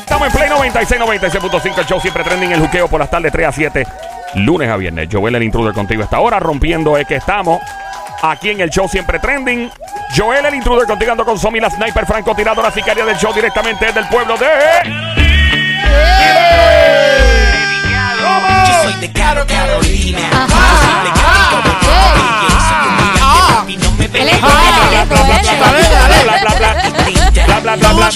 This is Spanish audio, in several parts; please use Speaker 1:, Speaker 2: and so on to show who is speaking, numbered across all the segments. Speaker 1: Estamos en Play 96, 96.5. El show siempre trending el juqueo por las tardes 3 a 7. Lunes a viernes. Joel el intruder contigo esta hora. Rompiendo es que estamos. Aquí en el show siempre trending. Joel el intruder contigo ando con Somi, la sniper francotiradora sicaria del show directamente desde el pueblo de.
Speaker 2: Yo soy de Caro Carolina. Soy de Cali, como Cali, y eso que mira, que papi no me
Speaker 3: Ah. Él
Speaker 2: ve.
Speaker 3: es él, él es él.
Speaker 1: Bla, bla, bla. Bla, bla, bla, bla.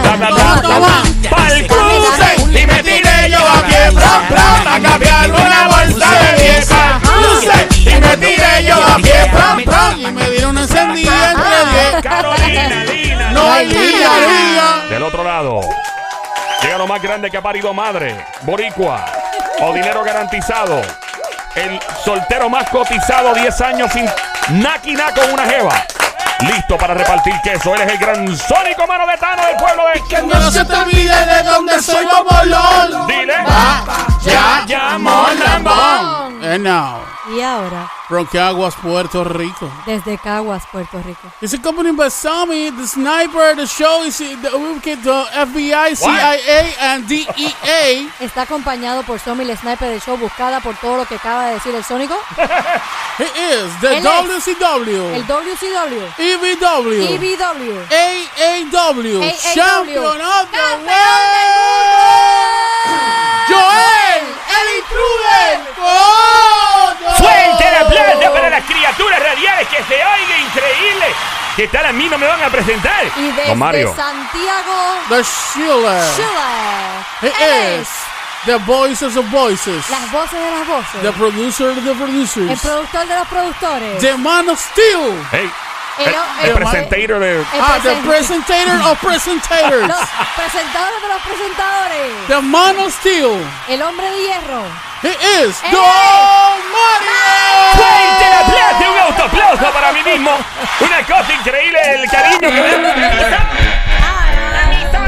Speaker 1: Bla, bla, bla, bla, bla. Pa'l cruce.
Speaker 4: Y me tiré yo aquí en plan plan a cambiar una bolsa de pieza. Luce, y me tiré yo aquí en plan plan y me dieron una encendida entre diez.
Speaker 1: Carolina, Lina.
Speaker 4: No hay día, día.
Speaker 1: Del otro lado, llega lo más grande que ha parido madre, boricua, o dinero garantizado. El soltero más cotizado, 10 años sin naqui na con una jeva. Listo para repartir queso. Él es el gran Sónico Mano de Tano del pueblo de...
Speaker 4: Que no se te olvide de dónde soy bobolón.
Speaker 1: Dile.
Speaker 4: Ya, ya, mon, lambón. And now,
Speaker 3: Y ahora,
Speaker 4: from Caguas, Puerto Rico.
Speaker 3: desde Caguas, Puerto Rico.
Speaker 4: It's accompanied by Sammy, the sniper, the show is the, the, the FBI, CIA, and E DEA.
Speaker 3: Está acompañado por Somi, el sniper del show, buscada por todo lo que acaba de decir el Sónico.
Speaker 4: He is the
Speaker 3: Él es
Speaker 4: WCW,
Speaker 3: El WCW,
Speaker 4: E EBW,
Speaker 3: E EBW,
Speaker 4: AAW,
Speaker 3: AAW,
Speaker 4: Champion of the
Speaker 3: Campeón del
Speaker 4: World. Joel, el intruder. Con-
Speaker 1: Fuerte el aplauso para las criaturas radiales que se oiga increíble. Que tal a mí no me van a presentar.
Speaker 3: y
Speaker 1: Don Mario.
Speaker 3: desde Santiago,
Speaker 4: The Shiller.
Speaker 3: Chile.
Speaker 4: He
Speaker 3: Él
Speaker 4: is the voices of voices.
Speaker 3: las voces de las voces,
Speaker 4: The producer of the
Speaker 3: el
Speaker 4: producers.
Speaker 3: productor de los productores,
Speaker 4: The man of steel.
Speaker 1: Hey,
Speaker 3: el-
Speaker 1: el,
Speaker 3: el-
Speaker 1: el presentator de...
Speaker 3: el
Speaker 4: Ah, the
Speaker 3: presen-
Speaker 4: presentator of presentators.
Speaker 3: los presentadores de los presentadores,
Speaker 4: the man of steel.
Speaker 3: el hombre de hierro,
Speaker 4: He is
Speaker 3: Hey.
Speaker 4: Don Mario.
Speaker 1: ¡Fuerte el aplauso! ¡Un autoaplauso para mí mismo! ¡Una cosa increíble! ¡El cariño que me...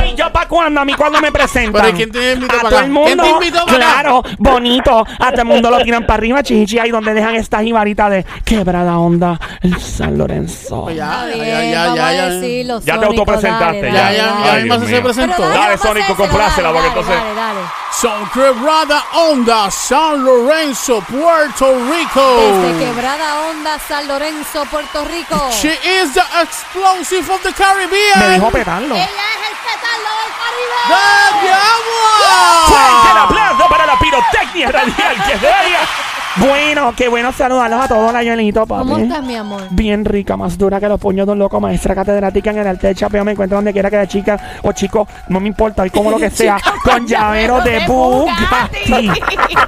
Speaker 1: ¿Y yo pa' cuándo? ¿A mí cuándo me presentan?
Speaker 4: Pero, ¿y quién te invitó
Speaker 1: a
Speaker 4: para
Speaker 1: todo
Speaker 4: acá?
Speaker 1: el
Speaker 4: ¿Quién
Speaker 1: mundo,
Speaker 4: te invitó para acá?
Speaker 1: claro, bonito. A todo el mundo lo tiran para arriba, chichi, ahí donde dejan estas jibaritas de quebrada onda, el San Lorenzo.
Speaker 4: Ya, ya,
Speaker 3: Está bien,
Speaker 4: ya, ya,
Speaker 3: vamos
Speaker 4: ya,
Speaker 3: a
Speaker 4: ya.
Speaker 3: decirlo,
Speaker 1: Ya te
Speaker 3: Sónico,
Speaker 1: autopresentaste,
Speaker 3: dale,
Speaker 1: ya.
Speaker 4: Ya,
Speaker 3: dale,
Speaker 4: ya,
Speaker 3: dale.
Speaker 4: ya, misma
Speaker 1: Dios
Speaker 4: se
Speaker 1: mío.
Speaker 3: Pero
Speaker 4: presentó.
Speaker 1: Dale,
Speaker 3: nomás
Speaker 1: Sónico,
Speaker 3: ese,
Speaker 1: complácela,
Speaker 3: dale,
Speaker 1: porque
Speaker 3: dale, dale,
Speaker 4: Son Quebrada Onda, San Lorenzo, Puerto
Speaker 3: dale. Desde
Speaker 4: Rico.
Speaker 3: Quebrada Onda, San Lorenzo, Puerto Rico.
Speaker 4: She is the explosive of the
Speaker 5: Me
Speaker 4: Caribbean.
Speaker 5: dijo petarlo.
Speaker 3: Ella es el petardo del
Speaker 4: The
Speaker 3: Caribe.
Speaker 1: ¡Fuerte el
Speaker 4: Diablo.
Speaker 1: aplauso para la pirotecnia radial que se oiga!
Speaker 5: Bueno, qué bueno saludarlos a todos, Layelito, papi.
Speaker 3: ¿Cómo estás, mi amor?
Speaker 5: Bien rica, más dura que los puños de un loco, maestra catedrática en el arte del chapeo. Me encuentro donde quiera que la chica o chico, no me importa, hoy como lo que sea, con llavero de Bugatti.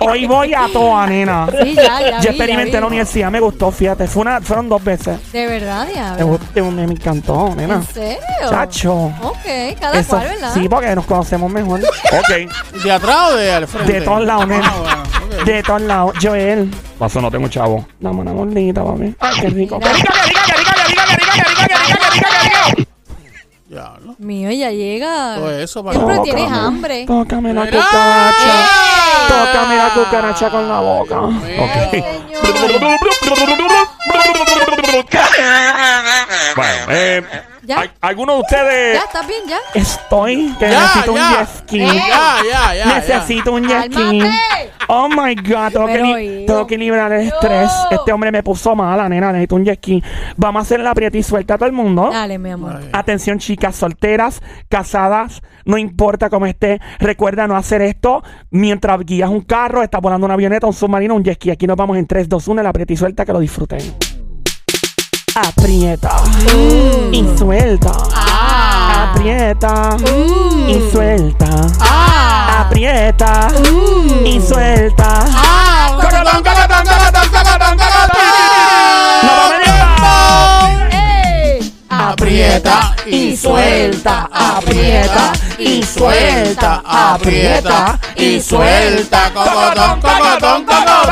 Speaker 5: hoy voy a toa, nena.
Speaker 3: Sí, ya, ya vi, ya
Speaker 5: Yo experimenté
Speaker 3: vi.
Speaker 5: en la universidad, me gustó, fíjate. Fue una, fueron dos veces.
Speaker 3: De verdad,
Speaker 5: Me,
Speaker 3: diablo.
Speaker 5: gustó, me encantó, nena.
Speaker 3: ¿En serio?
Speaker 5: Chacho.
Speaker 3: Ok, cada
Speaker 5: Eso-
Speaker 3: cual, ¿verdad?
Speaker 5: sí, porque nos conocemos mejor.
Speaker 1: Ok.
Speaker 4: ¿De atrás o de al frente?
Speaker 5: De todos lados, nena.
Speaker 4: Ah, bueno, ok.
Speaker 5: De todos lados. Joel.
Speaker 1: Paso, no tengo chavo.
Speaker 5: Dame una mordita, papi. Ay, qué rico.
Speaker 3: Mira.
Speaker 4: Diablo.
Speaker 3: Mío, ya llega.
Speaker 4: Todo eso para
Speaker 3: Siempre
Speaker 4: acá.
Speaker 3: tienes hambre.
Speaker 5: Tócame la
Speaker 4: Mira.
Speaker 5: cucaracha.
Speaker 4: ¡Eh!
Speaker 5: Tócame la cucaracha con la boca.
Speaker 3: Señor.
Speaker 1: Bueno, eh,
Speaker 3: Ya.
Speaker 1: ¿al- ¿alguno de ustedes
Speaker 3: Ya, ¿estás bien ya?
Speaker 5: Estoy que
Speaker 4: Ya,
Speaker 5: necesito un
Speaker 4: ya.
Speaker 5: jet ski.
Speaker 4: Ya, ya, ya.
Speaker 5: necesito un jet ski.
Speaker 3: ¡Cálmate!
Speaker 5: Oh my god, tengo que,
Speaker 3: Pero,
Speaker 5: li-
Speaker 3: hijo.
Speaker 5: tengo que librar el
Speaker 3: No.
Speaker 5: estrés. Este hombre me puso mala, nena. Necesito un jet ski. Vamos a hacer la prieta y suelta a todo el mundo.
Speaker 3: Dale, mi amor.
Speaker 5: Atención chicas solteras, casadas, no importa cómo esté, recuerda no hacer esto mientras guías un carro, estás volando una avioneta, un submarino, un jet ski. Aquí nos vamos en 3, 2, 1, la aprieta y suelta, que lo disfruten. Aprieta
Speaker 3: Mm.
Speaker 5: y suelta.
Speaker 3: Ah.
Speaker 5: Aprieta
Speaker 3: Uh.
Speaker 5: y suelta.
Speaker 3: Ah.
Speaker 5: Aprieta
Speaker 3: Uh.
Speaker 5: y suelta.
Speaker 4: Ah, cacatán, cacatán, cacatán, cacatán, cacatán.
Speaker 5: ¡No vamos a
Speaker 4: Tiempo.
Speaker 3: ¡Ey!
Speaker 4: Aprieta y
Speaker 5: suelta, aprieta
Speaker 3: y suelta,
Speaker 4: aprieta y suelta, cocotón, cocotón, cocotón.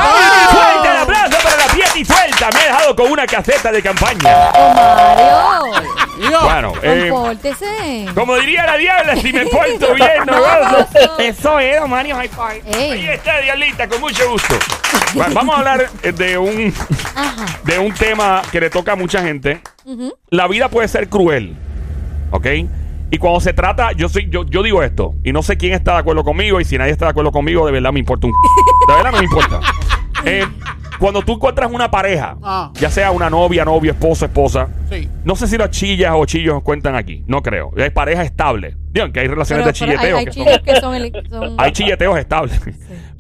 Speaker 1: Fuerte el aplauso para la pieza y suelta. Me ha dejado con una caseta de campaña.
Speaker 3: Oh, Mario,
Speaker 1: Bueno, eh,
Speaker 3: compórtese.
Speaker 1: como diría la diabla, si me porto bien, no gozo.
Speaker 5: Eso es, don Mario, high five.
Speaker 1: Ahí
Speaker 3: ¡Ey!
Speaker 1: está, diablita, con mucho gusto. Bueno, vamos a hablar eh, de un,
Speaker 3: Ajá.
Speaker 1: de un tema que le toca a mucha gente.
Speaker 3: Ujú.
Speaker 1: La vida puede ser cruel, ¿ok? Y cuando se trata, yo soy, yo, yo digo esto, y no sé quién está de acuerdo conmigo, y si nadie está de acuerdo conmigo, de verdad me importa un c- De verdad no me importa. Eh, cuando tú encuentras una pareja,
Speaker 4: Ah.
Speaker 1: ya sea una novia, novio, esposo, esposa,
Speaker 4: Sí.
Speaker 1: no sé si los chillas o chillos cuentan aquí, no creo. Hay pareja estable. Digan que hay relaciones
Speaker 3: Pero-
Speaker 1: de
Speaker 3: pero
Speaker 1: chilleteo.
Speaker 3: hay, hay
Speaker 1: que son-
Speaker 3: chicas que son, ele- son
Speaker 1: hay chilleteos estables.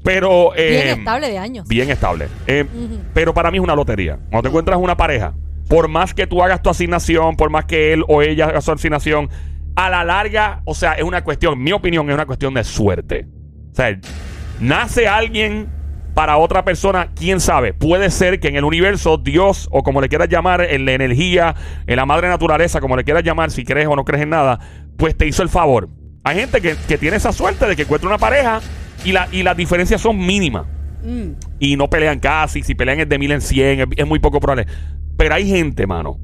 Speaker 1: Pero. eh,
Speaker 3: bien estables de años.
Speaker 1: Bien estable. Eh,
Speaker 3: Ujú.
Speaker 1: Pero para mí es una lotería. Cuando te encuentras una pareja, por más que tú hagas tu asignación, por más que él o ella haga su asignación, a la larga, o sea, es una cuestión, mi opinión, es una cuestión de suerte. O sea, nace alguien para otra persona, quién sabe. Puede ser que en el universo, Dios o como le quieras llamar, en la energía, en la madre naturaleza, como le quieras llamar, si crees o no crees en nada, pues te hizo el favor. Hay gente que, que tiene esa suerte de que encuentra una pareja y, la, y las diferencias son mínimas
Speaker 4: Mm.
Speaker 1: y no pelean casi. Si pelean es de mil en cien, es, es muy poco probable. Pero hay gente, mano.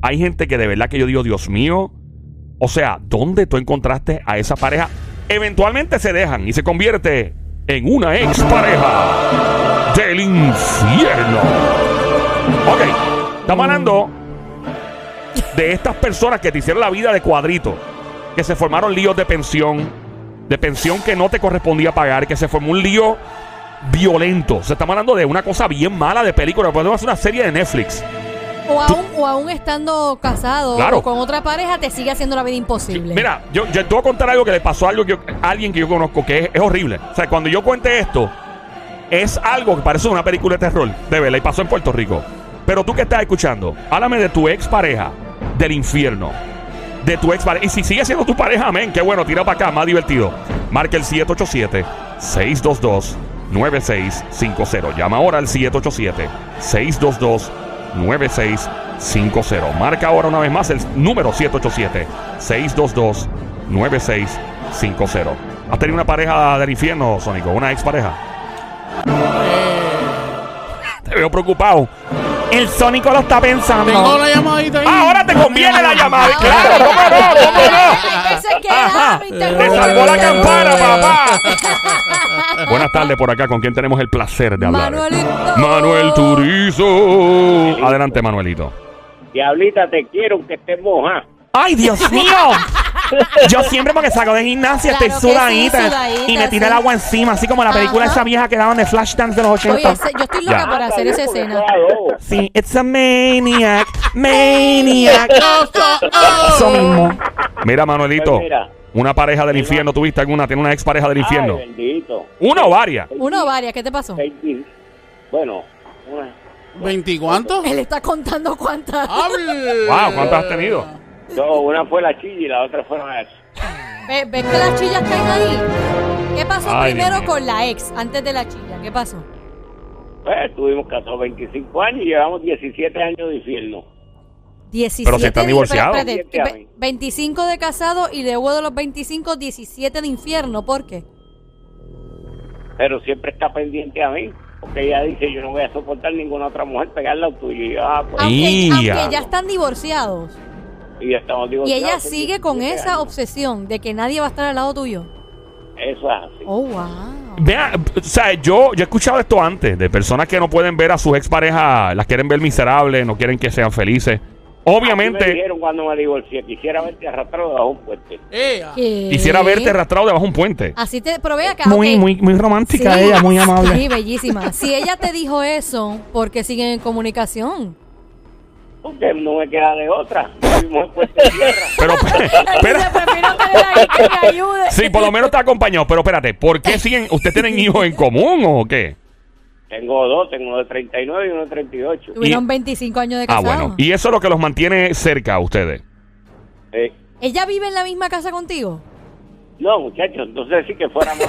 Speaker 1: Hay gente que de verdad que yo digo, Dios mío. O sea, ¿dónde tú encontraste a esa pareja? Eventualmente se dejan y se convierte en una ex pareja del infierno. Ok, estamos hablando de estas personas que te hicieron la vida de cuadrito, que se formaron líos de pensión, de pensión que no te correspondía pagar, que se formó un lío violento. O sea, estamos hablando de una cosa bien mala de película. Podemos hacer una serie de Netflix.
Speaker 3: O aún, o aún estando casado
Speaker 1: Claro.
Speaker 3: o con otra pareja, te sigue haciendo la vida imposible.
Speaker 1: Mira, yo, yo te voy a contar algo que le pasó a, algo que yo- a alguien que yo conozco que es, es horrible. O sea, cuando yo cuente esto, es algo que parece una película de terror, de verdad, y pasó en Puerto Rico. Pero tú que estás escuchando, háblame de tu ex pareja del infierno. De tu ex pareja. Y si sigue siendo tu pareja, amén, qué bueno, tira para acá, más divertido. Marca el 787-622-9650. Llama ahora al 787-622-9650. Marca ahora una vez más el número 787-622-9650. ¿Has tenido una pareja del infierno, Sónico? ¿Una ex pareja? Te veo preocupado.
Speaker 5: El Sónico lo está pensando.
Speaker 4: Tengo la llamadita ahí.
Speaker 1: Ahora te conviene la llamada. Claro,
Speaker 3: Ay,
Speaker 1: cómo no,
Speaker 3: ay,
Speaker 1: cómo no.
Speaker 3: ay, entonces, ¿qué?
Speaker 1: Ajá.
Speaker 3: Ah, me
Speaker 1: Te
Speaker 3: interrumpe.
Speaker 1: salvó la campana, papá. Buenas tardes por acá. ¿Con quién tenemos el placer de hablar?
Speaker 3: Manuelito.
Speaker 1: Manuel Turizo. Adelante, Manuelito.
Speaker 6: Diablita, te quiero que estés moja.
Speaker 5: ¡Ay, Dios mío! Yo siempre porque salgo de gimnasia
Speaker 3: Claro
Speaker 5: estoy
Speaker 3: que
Speaker 5: sudadita,
Speaker 3: sí, sudadita,
Speaker 5: y me tira
Speaker 3: sí.
Speaker 5: el agua encima, así como la película
Speaker 3: Ajá.
Speaker 5: esa vieja que daban de Flashdance de los 80.
Speaker 3: Oye, ese- yo estoy loca
Speaker 1: Ya.
Speaker 3: para hacer esa escena.
Speaker 5: Sí, it's a maniac, maniac. Eso mismo.
Speaker 1: Mira, Manuelito.
Speaker 6: Pues mira.
Speaker 1: Una pareja del infierno. ¿Tuviste alguna? ¿Tiene una ex pareja del infierno?
Speaker 6: Ay, bendito.
Speaker 1: ¿Una o varias?
Speaker 3: Uno o varias, ¿qué te pasó?
Speaker 6: Veinti- Bueno, una-
Speaker 4: ¿20 cuánto?
Speaker 3: Él está contando cuántas.
Speaker 1: Ah. Wow, ¿cuántas has tenido?
Speaker 6: no, una fue la chilla y la otra fue la ex.
Speaker 3: Ve- ¿Ves que las chillas caen ahí? ¿Qué pasó
Speaker 1: Ay, Dios
Speaker 3: primero
Speaker 1: mío.
Speaker 3: con la ex, antes de la chilla? ¿Qué pasó?
Speaker 6: Pues, estuvimos casados 25 años y llevamos 17 años de infierno.
Speaker 3: 17
Speaker 1: Pero si están
Speaker 3: de-
Speaker 1: divorciados.
Speaker 3: espérate, espérate, ve- 25 de casado y luego de los 25, 17 de infierno. ¿Por qué?
Speaker 6: Pero siempre está pendiente a mí. Porque ella dice, yo no voy a soportar ninguna otra mujer pegarla a tuyo. Y yo, ah, pues,
Speaker 3: Aunque,
Speaker 1: Ya.
Speaker 3: aunque ya están divorciados.
Speaker 6: y ya estamos
Speaker 3: Y
Speaker 6: divorciados.
Speaker 3: ella sigue con
Speaker 6: 17
Speaker 3: esa
Speaker 6: años.
Speaker 3: obsesión de que nadie va a estar al lado tuyo.
Speaker 6: Eso es así.
Speaker 3: Oh, wow.
Speaker 1: Vea, o sea, yo, yo he escuchado esto antes, de personas que no pueden ver a sus exparejas, las quieren ver miserables, no quieren que sean felices.
Speaker 6: A mí Me
Speaker 1: Obviamente,
Speaker 6: dijeron cuando me divorcié, quisiera verte arrastrado debajo de un puente.
Speaker 4: Eh,
Speaker 3: ¿Qué?
Speaker 1: quisiera verte arrastrado debajo de un puente.
Speaker 3: Así te provee acá.
Speaker 5: Muy, muy, muy romántica ella, muy amable.
Speaker 3: Sí, bellísima. si ella te dijo eso, ¿por qué siguen en comunicación?
Speaker 6: Porque no me queda de otra. Vivimos en puente de tierra.
Speaker 1: Pero, espera,
Speaker 3: prefiero tener ahí que me ayude.
Speaker 1: sí, por lo menos está acompañado. Pero espérate, ¿por qué siguen? ¿Ustedes tienen hijos en común o qué?
Speaker 6: Tengo dos, tengo uno de 39 y uno de 38.
Speaker 3: Tuvieron 25 años de
Speaker 1: Ah,
Speaker 3: casado.
Speaker 1: bueno. Y eso es lo que los mantiene cerca a ustedes.
Speaker 6: Eh,
Speaker 3: ¿Ella vive en la misma casa contigo?
Speaker 6: no, muchachos, entonces sí que fuéramos.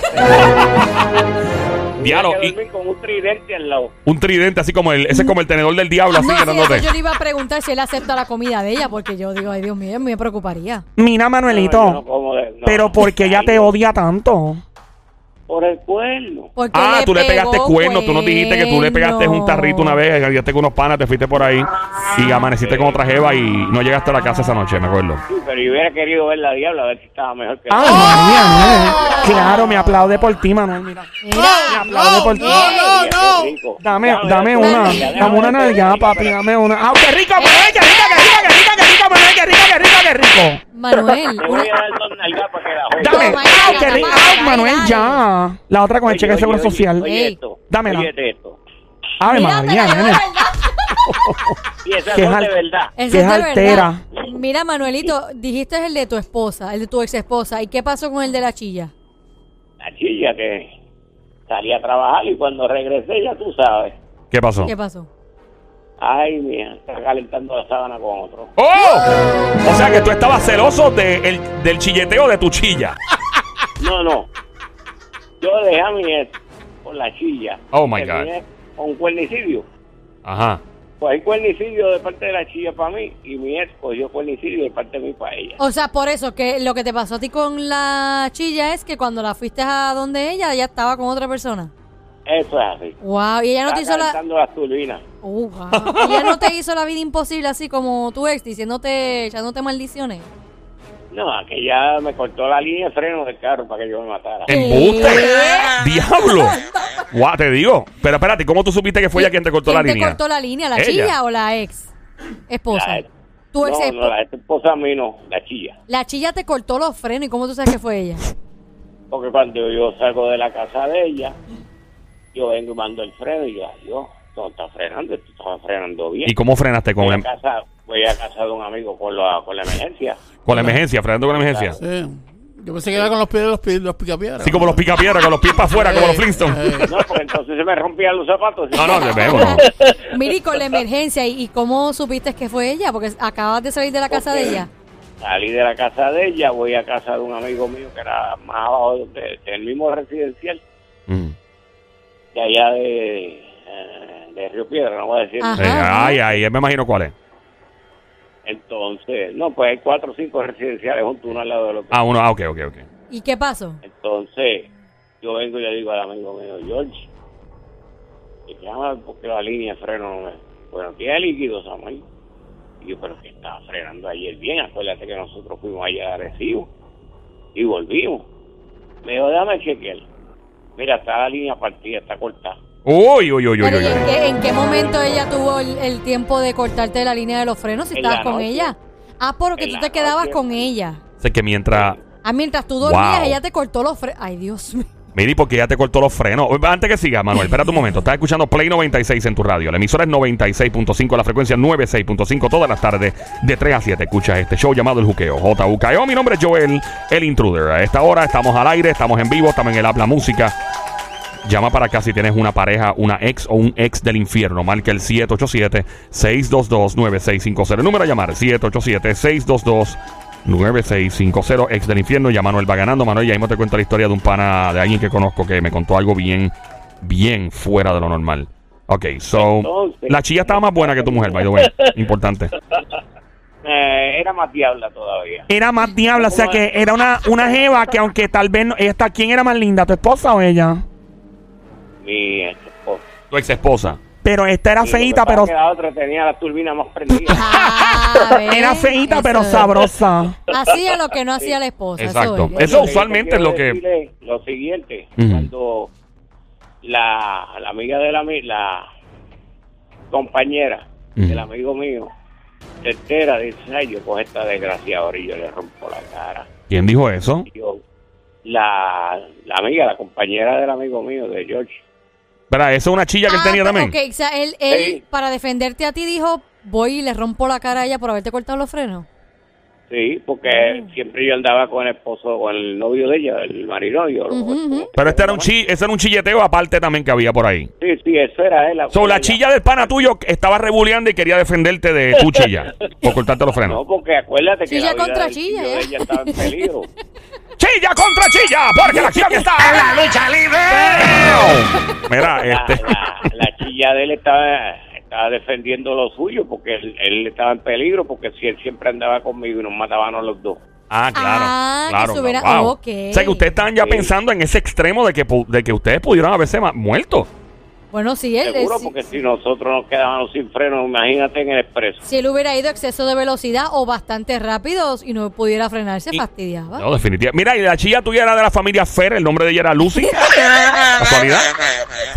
Speaker 1: Diablo,
Speaker 6: Tenía que
Speaker 1: y-
Speaker 6: dormir con un tridente al lado.
Speaker 1: Un tridente así como el, ese es como el tenedor del diablo, así
Speaker 3: Ah, no, sí,
Speaker 1: llenándote.
Speaker 3: eso yo le iba a preguntar si él acepta la comida de ella, porque yo digo, ay Dios mío, me preocuparía.
Speaker 5: Mira,
Speaker 6: No, yo no
Speaker 5: Manuelito,
Speaker 6: como de- no.
Speaker 5: pero ¿por qué ella te odia tanto?
Speaker 6: Por el cuerno.
Speaker 3: Porque
Speaker 1: Ah, tú le pegaste
Speaker 3: pegó
Speaker 1: cuerno, tú nos dijiste que tú le pegaste un
Speaker 3: cuerno.
Speaker 1: tarrito una vez, llegaste con unos panas, te fuiste por ahí y amaneciste con otra jeva y no llegaste a la casa esa noche, me acuerdo.
Speaker 6: Sí, pero yo hubiera querido ver la diabla, a ver si estaba mejor que
Speaker 5: Ay, María, Manuel. Claro, me aplaude por ti, Manuel. Mira. Me aplaude por ti.
Speaker 4: ¡Ah! no, no.
Speaker 5: Dame, dame una, dame una
Speaker 6: Eh,
Speaker 5: nalgada, papi, dame una. ¡Ah, qué rico, Manuel! ¡Qué rico, qué rico, qué rico, qué rico, Manuel! ¡Qué rico, qué rico, Manuel! ¡Qué rico, qué rico, qué rico!
Speaker 3: Manuel, una-
Speaker 6: Te voy a dar dos nalgas para que la jodas.
Speaker 5: Dame.
Speaker 7: No,
Speaker 5: ¡Ay,
Speaker 7: Manuel,
Speaker 5: qué
Speaker 7: no,
Speaker 5: rico!
Speaker 7: Manuel,
Speaker 5: ¡Ay, Manuel,
Speaker 7: dale.
Speaker 5: ya! La otra con el cheque de seguro social.
Speaker 6: Oye,
Speaker 7: Ey.
Speaker 6: esto.
Speaker 5: Dámela.
Speaker 6: Oye, esto.
Speaker 5: ¡Ave
Speaker 3: Mira, te la
Speaker 5: María,
Speaker 3: llevo,
Speaker 5: nene!
Speaker 3: ¿verdad?
Speaker 6: Y esas
Speaker 5: Qué
Speaker 6: son
Speaker 5: jal-
Speaker 6: de verdad.
Speaker 3: Eso
Speaker 5: Que
Speaker 3: es
Speaker 5: es
Speaker 3: de
Speaker 5: altera.
Speaker 3: verdad. Mira, Manuelito, dijiste el de tu esposa, el de tu ex esposa. ¿Y qué pasó con el de la chilla?
Speaker 6: La chilla que salí a trabajar y cuando regresé, ya tú sabes.
Speaker 1: ¿Qué pasó?
Speaker 3: ¿Qué pasó?
Speaker 6: Ay, mía, está calentando la sábana con otro.
Speaker 1: ¡Oh! O sea que tú estabas celoso de el- del chilleteo de tu chilla.
Speaker 6: No, no. Yo dejé a mi ex con la chilla.
Speaker 1: Oh, my
Speaker 6: Terminé Con cuernicidio.
Speaker 1: Ajá.
Speaker 6: Pues hay cuernicidio de parte de la chilla para mí y mi ex cogió cuernicidio de parte de mí para ella.
Speaker 3: O sea, por eso, que lo que te pasó a ti con la chilla es que cuando la fuiste a donde ella, ya estaba con otra persona.
Speaker 6: Eso es así.
Speaker 3: Wow, y ella no te hizo
Speaker 6: Está
Speaker 3: la...
Speaker 6: calentando las turbinas.
Speaker 3: Uh, wow. Y ella no te hizo la vida imposible así como tu ex, diciéndote, echándote maldiciones.
Speaker 6: No, aquella me cortó la línea de freno del carro para que yo me matara.
Speaker 3: Eh,
Speaker 1: ¡Embuste! ¡Diablo! Guau, te digo. Pero espérate, ¿cómo tú supiste que fue ella quien te cortó la
Speaker 3: ¿Quién
Speaker 1: línea?
Speaker 3: te cortó la línea? ¿La
Speaker 1: Ella.
Speaker 3: chilla o la ex esposa?
Speaker 6: La ex.
Speaker 3: Tu ex
Speaker 6: no,
Speaker 3: esposa.
Speaker 6: no,
Speaker 3: la...
Speaker 6: la esposa a mí no, la chilla.
Speaker 3: chilla te cortó los frenos. ¿Y cómo tú sabes que fue ella?
Speaker 6: Porque cuando yo salgo de la casa de ella, yo vengo y mando el freno y yo, yo, no está frenando, tú estás frenando bien.
Speaker 1: ¿Y cómo frenaste con, em-,
Speaker 6: voy,
Speaker 1: la,
Speaker 6: a casa, voy a casa de un amigo con la, con la emergencia.
Speaker 1: con la emergencia? ¿Frenando con la emergencia?
Speaker 4: Sí. Yo pensé que era con los pies de los, pi- los picapiedras.
Speaker 1: Así como los picapiedras, con los pies para afuera, como los Flintstones.
Speaker 4: Eh, eh.
Speaker 6: No, porque entonces se me rompían los zapatos.
Speaker 1: No, no, te vemos, no.
Speaker 3: Mira, y con la emergencia, ¿y y cómo supiste que fue ella? Porque acabas de salir de la casa de ella.
Speaker 6: Salí de la casa de ella, voy a casa de un amigo mío que era más abajo de- del mismo residencial,
Speaker 1: Mm.
Speaker 6: de allá de, eh, de Río Piedra, no voy a decir.
Speaker 3: Ajá.
Speaker 1: Eh, Ay, ay, me imagino cuál es.
Speaker 6: Entonces, no, pues hay cuatro o cinco residenciales junto uno al lado del otro.
Speaker 1: Ah, uno, ah, ok, ok, ok.
Speaker 3: ¿Y qué pasó?
Speaker 6: Entonces, yo vengo y le digo al amigo mío, George, que llama porque la línea de freno no me... Bueno, tiene líquido, Samuel. Y yo, pero que estaba frenando ayer bien. Acuérdate que nosotros fuimos ayer a Arecibo y volvimos. Me dijo, déjame chequear. Mira, está la línea partida, está cortada.
Speaker 1: Uy, uy, uy, uy,
Speaker 3: Pero,
Speaker 1: uy.
Speaker 3: ¿y en
Speaker 1: uy.
Speaker 3: qué, en qué momento ella tuvo el, el tiempo de cortarte la línea de los frenos si
Speaker 6: En
Speaker 3: estabas
Speaker 6: la
Speaker 3: con
Speaker 6: noche.
Speaker 3: ella? Ah, porque
Speaker 6: En
Speaker 3: tú
Speaker 6: la
Speaker 3: te quedabas
Speaker 6: noche.
Speaker 3: con ella.
Speaker 1: Sé que mientras.
Speaker 3: Ah, mientras tú dormías,
Speaker 1: Wow.
Speaker 3: ella te cortó los frenos. Ay, Dios mío.
Speaker 1: Miri, porque ya te cortó los frenos. Oye, Antes que siga, Manuel, espérate un momento. Estás escuchando Play 96 en tu radio. La emisora es 96.5, la frecuencia 96.5 todas las tardes de 3 a 7. Escuchas este show llamado El Juqueo. JUKEO. E Mi nombre es Joel, el intruder. A esta hora estamos al aire, estamos en vivo, estamos en el Habla Música. Llama para acá si tienes una pareja, una ex o un ex del infierno. Marca el 787-622-9650. El número a llamar 787-622-9650. Ex del infierno. Ya Manuel va ganando. Manuel, ya mismo te cuento la historia de un pana, de alguien que conozco que me contó algo bien, bien fuera de lo normal. Ok, so.
Speaker 6: Entonces-
Speaker 1: la chilla estaba más buena que tu mujer, by the way. Importante.
Speaker 6: Eh, era más diabla todavía.
Speaker 5: Era más diabla, o sea que era una, una jeva que aunque tal vez no, esta, ¿quién era más linda, tu esposa o ella?
Speaker 6: Mi ex esposa.
Speaker 1: Tu ex esposa.
Speaker 5: Pero esta era
Speaker 6: Y lo que
Speaker 5: feita,
Speaker 6: pasa
Speaker 5: pero
Speaker 6: es que la otra tenía la turbina más prendida.
Speaker 3: Ah, ¿ves?
Speaker 5: era feita,
Speaker 3: Eso
Speaker 5: pero
Speaker 3: es.
Speaker 5: sabrosa.
Speaker 3: Hacía lo que no hacía la esposa. eso
Speaker 1: Exacto.
Speaker 3: es.
Speaker 1: Eso
Speaker 6: Lo que
Speaker 1: usualmente
Speaker 6: yo
Speaker 1: es lo
Speaker 6: quiero
Speaker 1: que-
Speaker 6: decirle es Lo siguiente,
Speaker 1: Ujú.
Speaker 6: cuando la, la amiga de la, mi- la compañera
Speaker 1: Ujú.
Speaker 6: del amigo mío se entera, dice, ay, yo cojo esta desgraciadora y yo le rompo la cara.
Speaker 1: ¿Quién dijo eso?
Speaker 6: Y yo, la, la amiga, la compañera del amigo mío, de George,
Speaker 1: Espera, esa es una chilla que él
Speaker 3: Ah,
Speaker 1: tenía
Speaker 3: pero-
Speaker 1: también.
Speaker 3: ok, o sea, él, él,
Speaker 6: Sí.
Speaker 3: para defenderte a ti, dijo: Voy y le rompo la cara a ella por haberte cortado los frenos.
Speaker 6: sí, porque siempre yo andaba con el esposo, con el novio de ella, el marinovio. lo-
Speaker 3: Ujú, ujú.
Speaker 1: Pero este era un chi, ese era un chilleteo aparte también que había por ahí.
Speaker 6: Sí, sí, eso era él.
Speaker 1: So, la
Speaker 6: acuérdate.
Speaker 1: chilla del pana tuyo estaba rebuleando y quería defenderte de tu chilla por cortarte los frenos.
Speaker 6: No, porque acuérdate que
Speaker 3: Chilla
Speaker 6: la vida
Speaker 3: contra
Speaker 6: del
Speaker 3: chilla,
Speaker 6: tío de
Speaker 3: ¿eh?
Speaker 6: ella estaba en peligro.
Speaker 1: ¡Chilla contra chilla! Porque la acción está en la lucha libre. Mira,
Speaker 6: la,
Speaker 1: este.
Speaker 6: la- la chilla de él estaba, estaba defendiendo lo suyo porque él, él estaba en peligro porque si él siempre andaba conmigo y nos mataban los dos.
Speaker 1: Ah, claro.
Speaker 3: Ah, que
Speaker 1: claro.
Speaker 3: se hubiera-
Speaker 1: wow.
Speaker 3: ok.
Speaker 1: O sea, que ustedes estaban ya
Speaker 6: Sí.
Speaker 1: pensando en ese extremo de que, pu- de que ustedes pudieran haberse ma- muerto.
Speaker 3: Bueno, sí, él.
Speaker 6: Seguro,
Speaker 3: él- si-
Speaker 6: porque si nosotros nos quedábamos sin freno, imagínate en el expreso.
Speaker 3: Si él hubiera ido a exceso de velocidad o bastante rápido y no pudiera frenarse,
Speaker 1: Y-
Speaker 3: fastidiaba.
Speaker 1: No, definitivamente. Mira, y la chilla tuya era de la familia Fer, el nombre de ella era Lucy. ¿Casualidad?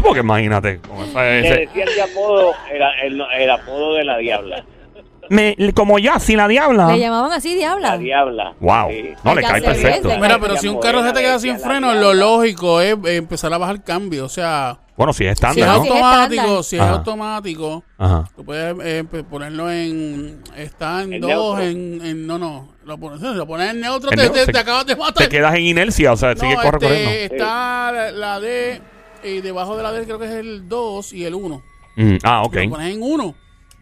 Speaker 1: Porque imagínate. con esa-
Speaker 6: Le
Speaker 1: ese-
Speaker 6: decía el apodo, era el, el apodo de la diabla.
Speaker 5: me, como ya, sin la diabla.
Speaker 3: Le llamaban así, diabla.
Speaker 6: La diabla.
Speaker 1: Wow.
Speaker 6: Sí.
Speaker 1: No, le
Speaker 3: Ya
Speaker 1: cae
Speaker 3: se ve,
Speaker 1: perfecto.
Speaker 3: se ve.
Speaker 4: Mira, pero si un carro se te queda sin freno, lo lógico es eh, empezar a bajar cambio. O sea,
Speaker 1: Bueno, sí, es
Speaker 4: si es
Speaker 1: estándar, ¿no?
Speaker 3: auto-
Speaker 4: automático, si es
Speaker 1: Ajá.
Speaker 4: automático,
Speaker 1: Ajá.
Speaker 4: tú puedes eh, pe- ponerlo en. Está en
Speaker 6: En
Speaker 4: dos,
Speaker 6: neutro.
Speaker 4: en, en- No, no. Lo pones, lo pones en neutro,
Speaker 1: En
Speaker 4: te,
Speaker 1: neutro,
Speaker 4: te-
Speaker 1: se-
Speaker 4: te acabas de matar.
Speaker 1: Te quedas en inercia, o sea,
Speaker 4: No,
Speaker 1: sigue
Speaker 4: este,
Speaker 1: corre- corriendo.
Speaker 4: Está la, la D, y debajo de la D creo que es el 2 y el 1.
Speaker 1: Mm, ah, ok.
Speaker 4: Lo pones en 1.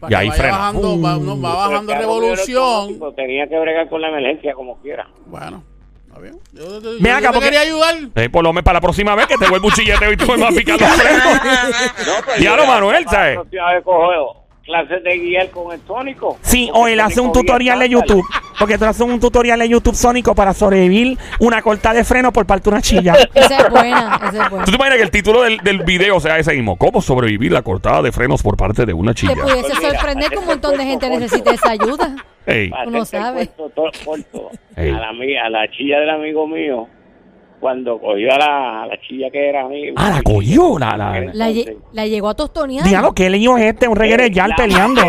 Speaker 1: Y ahí
Speaker 4: vaya
Speaker 1: frena.
Speaker 4: bajando,
Speaker 1: Uh.
Speaker 4: va, no, va bajando
Speaker 6: Pero el carro mío era
Speaker 4: revolución.
Speaker 6: automático, Tenía que bregar con la emergencia como quiera.
Speaker 4: Bueno, está bien. Yo, yo- yo-
Speaker 5: Ven
Speaker 4: yo
Speaker 5: acá,
Speaker 4: te
Speaker 5: porque-
Speaker 4: quería ayudar.
Speaker 1: Eh, por lo menos para la próxima vez que te vuelva un chilleteo y tú vuelvas a picar los frenos. Diablo, Manuel,
Speaker 5: Eh.
Speaker 1: ¿sabes?
Speaker 6: La próxima vez cojo clases de guiar con el tónico.
Speaker 5: Sí,
Speaker 6: Porque
Speaker 5: o él
Speaker 6: el
Speaker 5: hace un
Speaker 6: tónico
Speaker 5: tutorial de
Speaker 6: guía estándar.
Speaker 5: YouTube. Porque tú haces un tutorial de YouTube sónico para sobrevivir una corta de freno por parte de una chilla.
Speaker 3: Esa es buena, esa es buena.
Speaker 1: ¿Tú te imaginas que el título del, del video sea ese mismo? ¿Cómo sobrevivir la cortada de frenos por parte de una
Speaker 3: Te
Speaker 1: chilla?
Speaker 3: pudiese
Speaker 6: Pues mira,
Speaker 3: sorprender que un montón de gente
Speaker 6: perfecto,
Speaker 3: necesita esa ayuda.
Speaker 1: Ey,
Speaker 6: Para
Speaker 3: Uno
Speaker 6: hacerte el
Speaker 3: sabe.
Speaker 6: cuento todo corto,
Speaker 1: Ey.
Speaker 6: a, la, mi- a la chilla del amigo mío, cuando cogió a la, a la chilla que era amigo.
Speaker 1: ah, la cogió, la, la- la-
Speaker 3: La, lle- la llegó a tostonear.
Speaker 5: Diablo, qué leño es este, un reguero de yal peleando.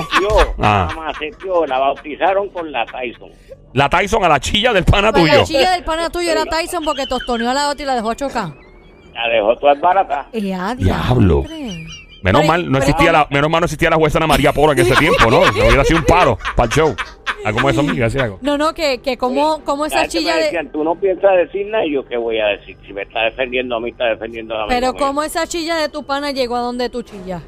Speaker 1: Ah.
Speaker 6: La maceteó, la bautizaron con la Tyson.
Speaker 1: la Tyson a la chilla del pana
Speaker 3: Pues
Speaker 1: tuyo.
Speaker 3: La chilla del pana tuyo era Tyson porque tostoneó a la otra y la dejó chocar.
Speaker 6: La dejó toda barata.
Speaker 3: Eh, ah,
Speaker 1: Diablo.
Speaker 3: diantre.
Speaker 1: Menos
Speaker 3: Pero-
Speaker 1: mal no
Speaker 3: pero-
Speaker 1: existía la, menos mal no existía la jueza Ana María Poro en ese tiempo, ¿no? Se hubiera sido un paro para el show. Ah, ¿Cómo es eso, amiga? Así hago.
Speaker 3: No, no, que, que como, como
Speaker 6: La
Speaker 3: esa
Speaker 6: gente Ah, me
Speaker 3: chilla de...
Speaker 6: decían, tú no piensas decir nada, y yo qué voy a decir. Si me está defendiendo a mí, está defendiendo a mí.
Speaker 3: Pero como esa chilla de tu pana llegó a donde tu chilla.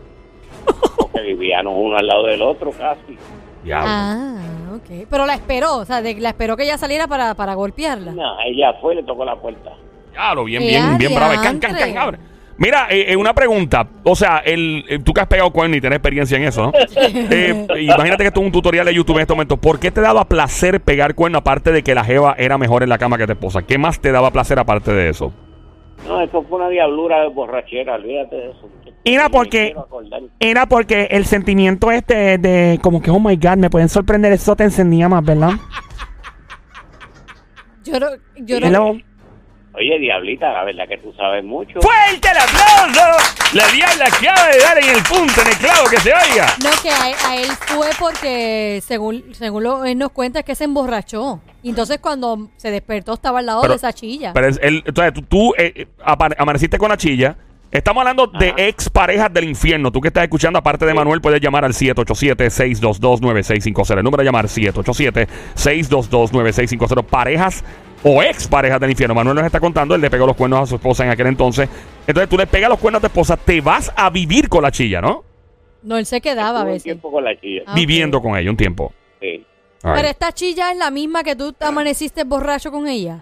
Speaker 6: Porque vivíamos uno al lado del otro casi.
Speaker 1: Diablo.
Speaker 3: Ah, ok. Pero la esperó, o sea, de- la esperó que ella saliera para, para golpearla.
Speaker 6: No, ella fue y le tocó la puerta.
Speaker 1: Diablo, bien,
Speaker 3: Eh,
Speaker 1: bien, bien brava. Can, can,
Speaker 3: adiantre.
Speaker 1: can, abre. Mira, eh, eh, una pregunta. O sea, el, eh, tú que has pegado cuerno y tienes experiencia en eso, ¿no? Eh, imagínate que esto es un tutorial de YouTube en este momento. ¿Por qué te daba placer pegar cuerno aparte de que la jeva era mejor en la cama que tu esposa? ¿Qué más te daba placer aparte de eso?
Speaker 6: No, eso fue una diablura de borrachera, olvídate de eso.
Speaker 5: Mira,
Speaker 6: Ni me
Speaker 5: porque-
Speaker 6: quiero acordar.
Speaker 5: Era porque el sentimiento este de como que, oh my god, me pueden sorprender, eso te encendía más, ¿verdad?
Speaker 3: Yo no, yo no-
Speaker 5: Hello.
Speaker 6: Oye, diablita, la verdad que tú sabes mucho.
Speaker 1: ¡Fuerte el aplauso! La diabla acaba de dar en el punto, en el clavo, que se oiga.
Speaker 3: No, que a, él- a él fue porque, según, según lo- él nos cuenta, es que se emborrachó. Y entonces cuando se despertó estaba al lado
Speaker 1: Pero-
Speaker 3: de esa chilla.
Speaker 1: Pero es- él- entonces, tú, tú, eh, eh, apare- amaneciste con la chilla. Estamos hablando de ex parejas del infierno. Tú que estás escuchando, aparte de Manuel, puedes llamar al 787-622-9650. El número de llamar 787-622-9650. Parejas o ex parejas del infierno. Manuel nos está contando, él le pegó los cuernos a su esposa en aquel entonces. Entonces tú le pegas los cuernos a tu esposa, te vas a vivir con la chilla, ¿no?
Speaker 3: no, él se quedaba a
Speaker 6: Tuve un
Speaker 3: veces.
Speaker 6: tiempo con la chilla.
Speaker 3: Ah, ok.
Speaker 1: Viviendo con ella un tiempo.
Speaker 6: Sí,
Speaker 1: All
Speaker 3: Pero
Speaker 1: right.
Speaker 3: esta chilla es la misma que tú amaneciste borracho con ella.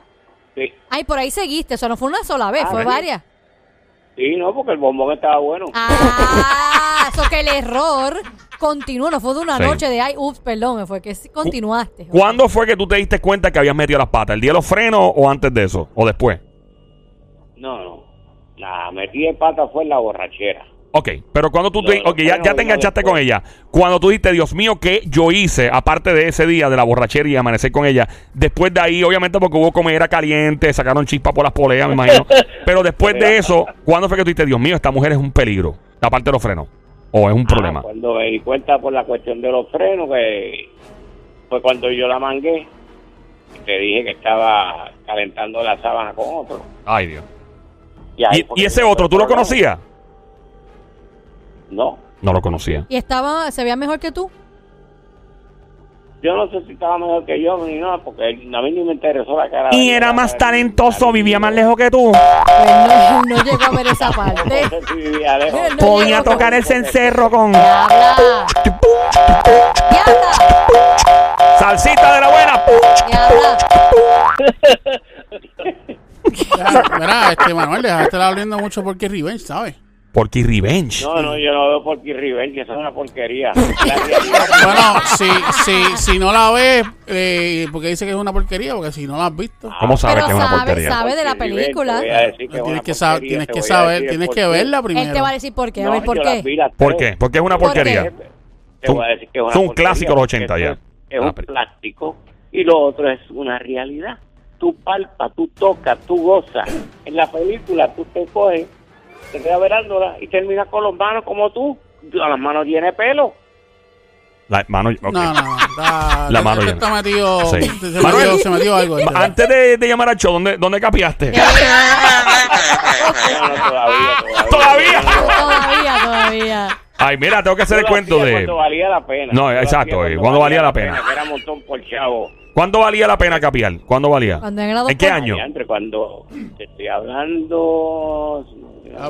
Speaker 6: sí.
Speaker 3: Ay, por ahí seguiste. Eso no fue una sola vez,
Speaker 6: Ah,
Speaker 3: fue
Speaker 6: sí.
Speaker 3: varias.
Speaker 6: Sí, no, porque el bombón estaba bueno.
Speaker 3: Ah, eso que el error continuó. No fue de una
Speaker 1: Sí.
Speaker 3: noche de, ay, ups, perdón. Fue que sí continuaste.
Speaker 1: ¿Cuándo fue que tú te diste cuenta que habías metido las patas? ¿El día de los frenos o antes de eso? ¿O después?
Speaker 6: No, no. La metí de pata fue en la borrachera.
Speaker 1: Ok, pero cuando tú te,
Speaker 6: No, no,
Speaker 1: ok, ya,
Speaker 6: bueno,
Speaker 1: ya te
Speaker 6: bueno,
Speaker 1: enganchaste
Speaker 6: después.
Speaker 1: con ella, cuando tú dijiste, Dios mío, ¿qué yo hice? Aparte de ese día de la borrachera y amanecer con ella, después de ahí, obviamente porque hubo comida caliente, sacaron chispa por las poleas, me imagino. Pero después de eso, ¿cuándo fue que tú dijiste, Dios mío, esta mujer es un peligro? Aparte de los frenos, o es un
Speaker 6: Ah,
Speaker 1: problema.
Speaker 6: cuando me di cuenta por la cuestión de los frenos, que fue cuando yo la mangué. Te dije que estaba calentando la sábana con otro.
Speaker 1: Ay, Dios.
Speaker 6: Y, ahí
Speaker 1: ¿Y,
Speaker 6: fue
Speaker 1: y
Speaker 6: que
Speaker 1: ese
Speaker 6: tuve
Speaker 1: otro,
Speaker 6: el
Speaker 1: tú lo
Speaker 6: problema.
Speaker 1: conocías?
Speaker 6: No.
Speaker 1: No lo conocía.
Speaker 3: Y estaba, se veía mejor que tú.
Speaker 6: Yo no sé si estaba mejor que yo ni nada, porque a mí ni me interesó la cara.
Speaker 5: Y era más talentoso, vivía más lejos que tú.
Speaker 3: Pues no, no llegó a ver esa
Speaker 6: No
Speaker 3: parte.
Speaker 6: sé si vivía lejos.
Speaker 3: Mira, no
Speaker 5: Podía
Speaker 3: llegó.
Speaker 5: tocar el cencerro con.
Speaker 3: Diabla. Diabla.
Speaker 1: ¡Salsita de la buena!
Speaker 3: Diabla.
Speaker 4: Deja- Mira, este Manuel, dejaste la abriendo mucho porque es Revenge, ¿sabes?
Speaker 1: Porque Revenge.
Speaker 6: No, no, yo no veo por qué Rivera, que eso es una porquería. La realidad-
Speaker 4: Bueno, si, si, si no la ves, eh, porque dice que es una porquería, porque si no la has visto.
Speaker 1: ¿Cómo sabes
Speaker 3: Pero
Speaker 1: que es una
Speaker 3: sabe,
Speaker 1: porquería?
Speaker 3: sabe. de la
Speaker 6: Porque Rivera, te
Speaker 3: película.
Speaker 6: voy a decir Ah, que es
Speaker 4: Tienes
Speaker 6: una
Speaker 4: que, saber,
Speaker 6: porquería,
Speaker 4: tienes
Speaker 6: te
Speaker 4: que
Speaker 6: voy a
Speaker 4: saber,
Speaker 6: decir
Speaker 4: tienes
Speaker 6: por
Speaker 4: que
Speaker 6: qué.
Speaker 4: verla
Speaker 3: Él
Speaker 4: primero.
Speaker 3: te va a decir por qué. A ver,
Speaker 6: No,
Speaker 3: ¿por
Speaker 6: yo las vi
Speaker 3: qué?
Speaker 6: las
Speaker 1: ¿Por
Speaker 6: tres.
Speaker 1: qué? Porque es una
Speaker 3: ¿Por qué?
Speaker 1: porquería.
Speaker 6: Te voy a decir que es una
Speaker 1: Son
Speaker 6: porquería,
Speaker 1: clásicos los 80
Speaker 6: porque
Speaker 1: ya.
Speaker 6: eso Es, es
Speaker 1: Ah,
Speaker 6: un
Speaker 1: pero-
Speaker 6: plástico y lo otro es una realidad. Tú palpas, tú tocas, tú gozas. En la película tú te coges, te quedas verándola y terminas con los manos como tú, a las manos tiene pelo.
Speaker 1: La mano. ok.
Speaker 4: No, no, no. Está,
Speaker 1: La mano
Speaker 4: este
Speaker 1: llena.
Speaker 4: está metido.
Speaker 1: Sí.
Speaker 4: Se, se
Speaker 1: Manuel.
Speaker 4: metió, se metió algo. ahí.
Speaker 1: Ma- Antes de, de llamar al show, ¿dónde, dónde capiaste?
Speaker 6: No, no, todavía, todavía.
Speaker 1: Todavía.
Speaker 3: Todavía, todavía.
Speaker 1: Ay, mira, tengo que hacer el
Speaker 6: Yo lo
Speaker 1: cuento
Speaker 6: hacía
Speaker 1: de.
Speaker 6: Cuando valía la pena.
Speaker 1: No,
Speaker 6: Yo lo
Speaker 1: exacto,
Speaker 6: hacía
Speaker 1: eh, cuando valía la pena.
Speaker 6: que Era un montón por chavo.
Speaker 1: ¿Cuándo valía la pena capiar? ¿Cuándo valía?
Speaker 3: Cuando en grado
Speaker 1: ¿En qué
Speaker 3: cuatro.
Speaker 1: año?
Speaker 6: Entre cuando te estoy hablando.
Speaker 4: Ah,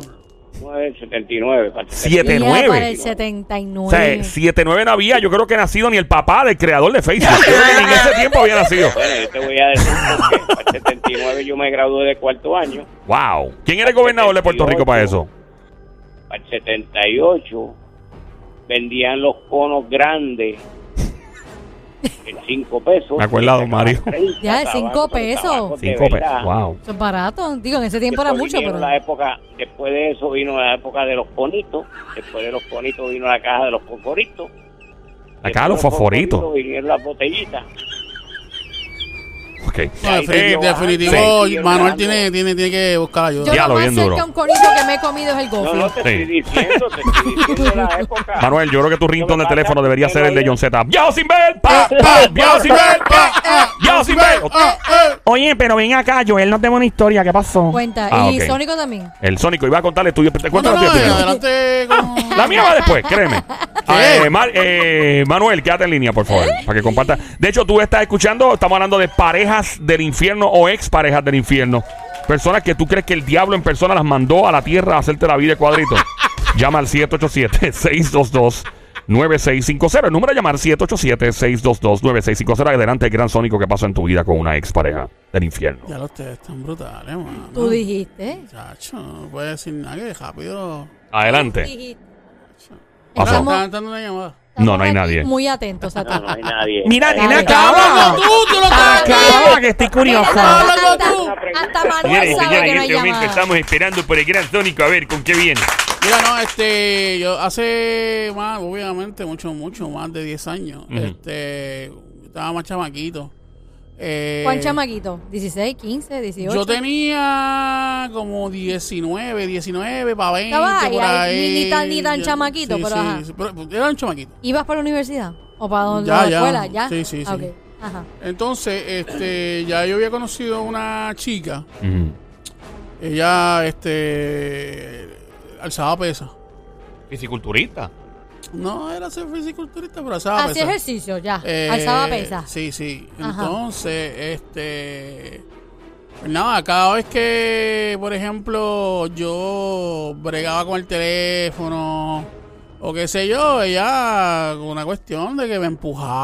Speaker 6: nueve, 79. para el 79.
Speaker 1: Siete,
Speaker 3: Ya Para
Speaker 1: nueve.
Speaker 3: el
Speaker 1: O sea,
Speaker 3: 79.
Speaker 1: 79 no había, yo creo que nacido ni el papá del creador de Facebook. Yo creo que ni en ese tiempo había nacido.
Speaker 6: Bueno, yo te voy a decir porque para el 79 yo me gradué de cuarto año.
Speaker 1: Wow. ¿Quién era el gobernador de Puerto Rico para eso?
Speaker 6: Para el 78 vendían los conos grandes en 5 pesos.
Speaker 1: Me acuerdo, don Mario.
Speaker 3: Ya, de cinco pesos.
Speaker 1: Cinco pesos. Wow.
Speaker 3: Eso es barato. Digo, en ese tiempo
Speaker 6: Después
Speaker 3: era mucho,
Speaker 6: vinieron
Speaker 3: pero.
Speaker 6: la época, después de eso vino la época de los conitos, después de los conitos vino la caja de los fosforitos.
Speaker 1: La caja de los fosforitos.
Speaker 6: Vinieron las botellitas.
Speaker 1: Ok.
Speaker 4: No,
Speaker 6: Ahí ¿ah?
Speaker 4: definit-
Speaker 6: yo,
Speaker 4: definitivo,
Speaker 6: sí.
Speaker 4: Manuel tiene, tiene, tiene que buscar ayuda.
Speaker 3: Yo
Speaker 1: Ya
Speaker 3: lo
Speaker 1: lo
Speaker 3: más
Speaker 1: bien
Speaker 3: cerca
Speaker 1: duro.
Speaker 3: a un conito que me he comido es el
Speaker 6: No,
Speaker 3: gofio.
Speaker 6: no, te
Speaker 1: Sí.
Speaker 6: estoy diciendo, te estoy diciendo la época.
Speaker 1: Manuel, yo creo que tu ringtone de teléfono debería ser el de John Z. ¡Viejo sin ver! ¡Pa!
Speaker 4: Ah, ah,
Speaker 1: ¡Pa! ¡Viejo sin ver! ¡Pa! ¡Viejo sin ver!
Speaker 4: ah, ah.
Speaker 5: Oye, pero ven acá, Joel, no tengo una historia, ¿qué pasó?
Speaker 3: Cuenta.
Speaker 1: Ah,
Speaker 3: y
Speaker 1: ok.
Speaker 3: Sónico también.
Speaker 1: El Sónico iba a contarle tuyo. Te
Speaker 4: No, no,
Speaker 1: cuento la tuya
Speaker 4: no,
Speaker 1: primero.
Speaker 4: adelante con-
Speaker 1: La mía va después, créeme. Ah, eh, Mar- eh, Manuel, quédate en línea, por favor, para que compartas. De hecho, tú estás escuchando, estamos hablando de parejas del infierno o ex parejas del infierno. Personas que tú crees que el diablo en persona las mandó a la tierra a hacerte la vida de cuadrito. Llama al 787-622-9650. El número a llamar 787-622-9650. Adelante, el gran sónico que pasó en tu vida con una ex pareja del infierno.
Speaker 4: Ya los ustedes están brutales, mano.
Speaker 3: Tú dijiste.
Speaker 4: Chacho, no puedes decir nada que rápido.
Speaker 1: Adelante.
Speaker 3: Dijiste.
Speaker 1: Pasó.
Speaker 3: Estamos-
Speaker 4: Están entrando una llamada.
Speaker 1: No, no hay
Speaker 3: aquí
Speaker 1: nadie.
Speaker 3: Muy atentos a
Speaker 6: No, no
Speaker 3: todo.
Speaker 6: hay nadie.
Speaker 5: Mira,
Speaker 6: Ahí
Speaker 5: nena,
Speaker 3: Ay,
Speaker 5: acaba.
Speaker 4: ¡Tú, tú lo
Speaker 5: Ah,
Speaker 4: estás
Speaker 5: Acaba, que estoy curiosa.
Speaker 3: Hasta, hasta
Speaker 1: Señoras y
Speaker 3: Manuel sabe
Speaker 1: señores,
Speaker 3: que
Speaker 1: en
Speaker 3: no hay
Speaker 1: este momento
Speaker 3: llamada.
Speaker 1: estamos esperando por el gran sónico a ver con qué viene.
Speaker 4: Mira, no, este, yo hace más, obviamente, mucho, mucho, más de 10 años,
Speaker 1: Ujú.
Speaker 4: este, estaba más chamaquito. Eh,
Speaker 3: ¿Cuán chamaquito? ¿16, 15, 18?
Speaker 4: Yo tenía como 19, 19 para 20,
Speaker 3: Estaba ahí,
Speaker 4: por
Speaker 3: ahí,
Speaker 4: ahí.
Speaker 3: ni tan- ni tan
Speaker 4: Yo-
Speaker 3: chamaquito,
Speaker 4: sí,
Speaker 3: pero
Speaker 4: sí,
Speaker 3: ajá.
Speaker 4: sí, pero pues, era un chamaquito.
Speaker 3: ¿Ibas para la universidad? ¿O para donde
Speaker 4: Ya,
Speaker 3: la
Speaker 4: ya.
Speaker 3: escuela? ¿Ya?
Speaker 4: Sí, sí, sí.
Speaker 3: Ah, ok. Ajá.
Speaker 4: Entonces, este, ya yo había conocido una chica, ella, este, alzaba pesa.
Speaker 1: Fisiculturista.
Speaker 4: No, era ser fisiculturista, pero alzaba
Speaker 3: Hacía
Speaker 4: pesa.
Speaker 3: ejercicio, ya.
Speaker 4: Ah, pues, Eh,
Speaker 3: Alzaba pesas.
Speaker 4: Sí, sí.
Speaker 3: Ajá.
Speaker 4: Entonces, este. pues nada, cada vez que, por ejemplo, yo bregaba con el teléfono o qué sé yo, ella, con una cuestión de que me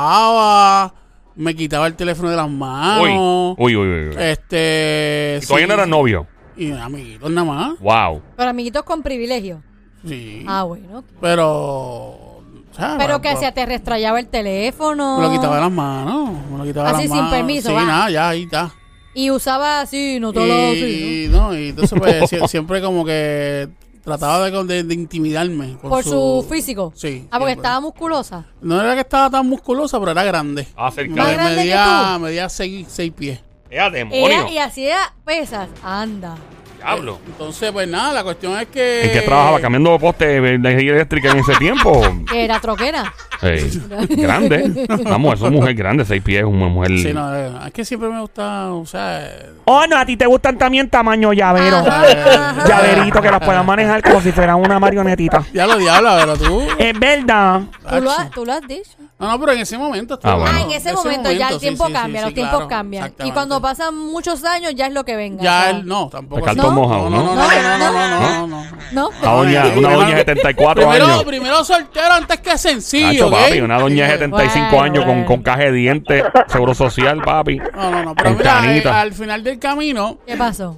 Speaker 4: empujaba, me quitaba el teléfono de las
Speaker 1: Uy,
Speaker 4: manos.
Speaker 1: uy, uy, uy. uy.
Speaker 4: Este.
Speaker 1: Y Todavía
Speaker 4: sí,
Speaker 1: no eran novio.
Speaker 4: Y amiguitos nada más.
Speaker 1: Wow.
Speaker 3: Pero amiguitos con privilegio.
Speaker 4: Sí.
Speaker 3: Ah, bueno. ok.
Speaker 4: Pero. o sea,
Speaker 3: Pero que
Speaker 4: pues,
Speaker 3: se te restrayaba el teléfono.
Speaker 4: Me lo quitaba de las manos. Me lo quitaba de
Speaker 3: Así
Speaker 4: las
Speaker 3: sin
Speaker 4: manos.
Speaker 3: permiso,
Speaker 4: Sí,
Speaker 3: va.
Speaker 4: nada, ya, ahí está.
Speaker 3: Y usaba así, no todo lo así,
Speaker 4: Y, no, y entonces pues sie- siempre como que trataba de, de- de intimidarme.
Speaker 3: ¿no? Por su físico.
Speaker 4: Sí,
Speaker 3: Ah, porque
Speaker 4: siempre.
Speaker 3: estaba musculosa.
Speaker 4: No era que estaba tan musculosa, pero era grande.
Speaker 1: Ah, cerca.
Speaker 3: ¿Más grande que
Speaker 4: medía,
Speaker 3: tú?
Speaker 4: medía seis, seis pies.
Speaker 1: Era
Speaker 3: Era, y hacía pesas. Anda.
Speaker 1: Diablo.
Speaker 4: Entonces, pues nada, la cuestión es que...
Speaker 1: ¿En qué trabajaba? ¿Cambiando poste de energía eléctrica en ese tiempo?
Speaker 3: Que era troquera.
Speaker 1: Ey, Grande. Una mujer, es una mujer grande, seis pies, una mujer.
Speaker 4: Sí, no, eh, es que siempre me gusta, o sea...
Speaker 5: Oh, no, a ti te gustan también tamaño llavero.
Speaker 3: Ajá.
Speaker 5: Llaverito, que las puedas manejar como si fuera una marionetita.
Speaker 4: Ya lo diabla, pero tú...
Speaker 5: Es verdad.
Speaker 3: Tú lo, has, tú lo has dicho.
Speaker 4: No, no, pero en ese momento...
Speaker 1: Ah, bueno.
Speaker 3: Ah, en ese, momento, ya el
Speaker 4: sí,
Speaker 3: tiempo
Speaker 4: sí, sí,
Speaker 3: cambia,
Speaker 4: sí,
Speaker 3: los tiempos
Speaker 4: claro,
Speaker 3: cambian. Y
Speaker 4: exactamente.
Speaker 3: cuando pasan muchos años ya es lo que venga. o
Speaker 4: Ya
Speaker 3: sea,
Speaker 4: él, no, tampoco...
Speaker 1: Recartó
Speaker 4: así.
Speaker 1: mojado,
Speaker 4: no, no,
Speaker 3: ¿no?
Speaker 4: no, no, no, no, no, no, no.
Speaker 3: ¿No?
Speaker 1: Una doña, una doña de 74
Speaker 4: Primero,
Speaker 1: años.
Speaker 4: primero soltero antes que sencillo,
Speaker 1: Nacho, papi,
Speaker 4: ¿ok?
Speaker 1: una doña de 75
Speaker 3: Bueno,
Speaker 1: años con,
Speaker 3: bueno.
Speaker 1: con caja de dientes, seguro social, papi.
Speaker 4: No, no, no, pero
Speaker 1: Con
Speaker 4: mira, eh,
Speaker 1: canita.
Speaker 4: al final del camino,
Speaker 3: ¿Qué pasó?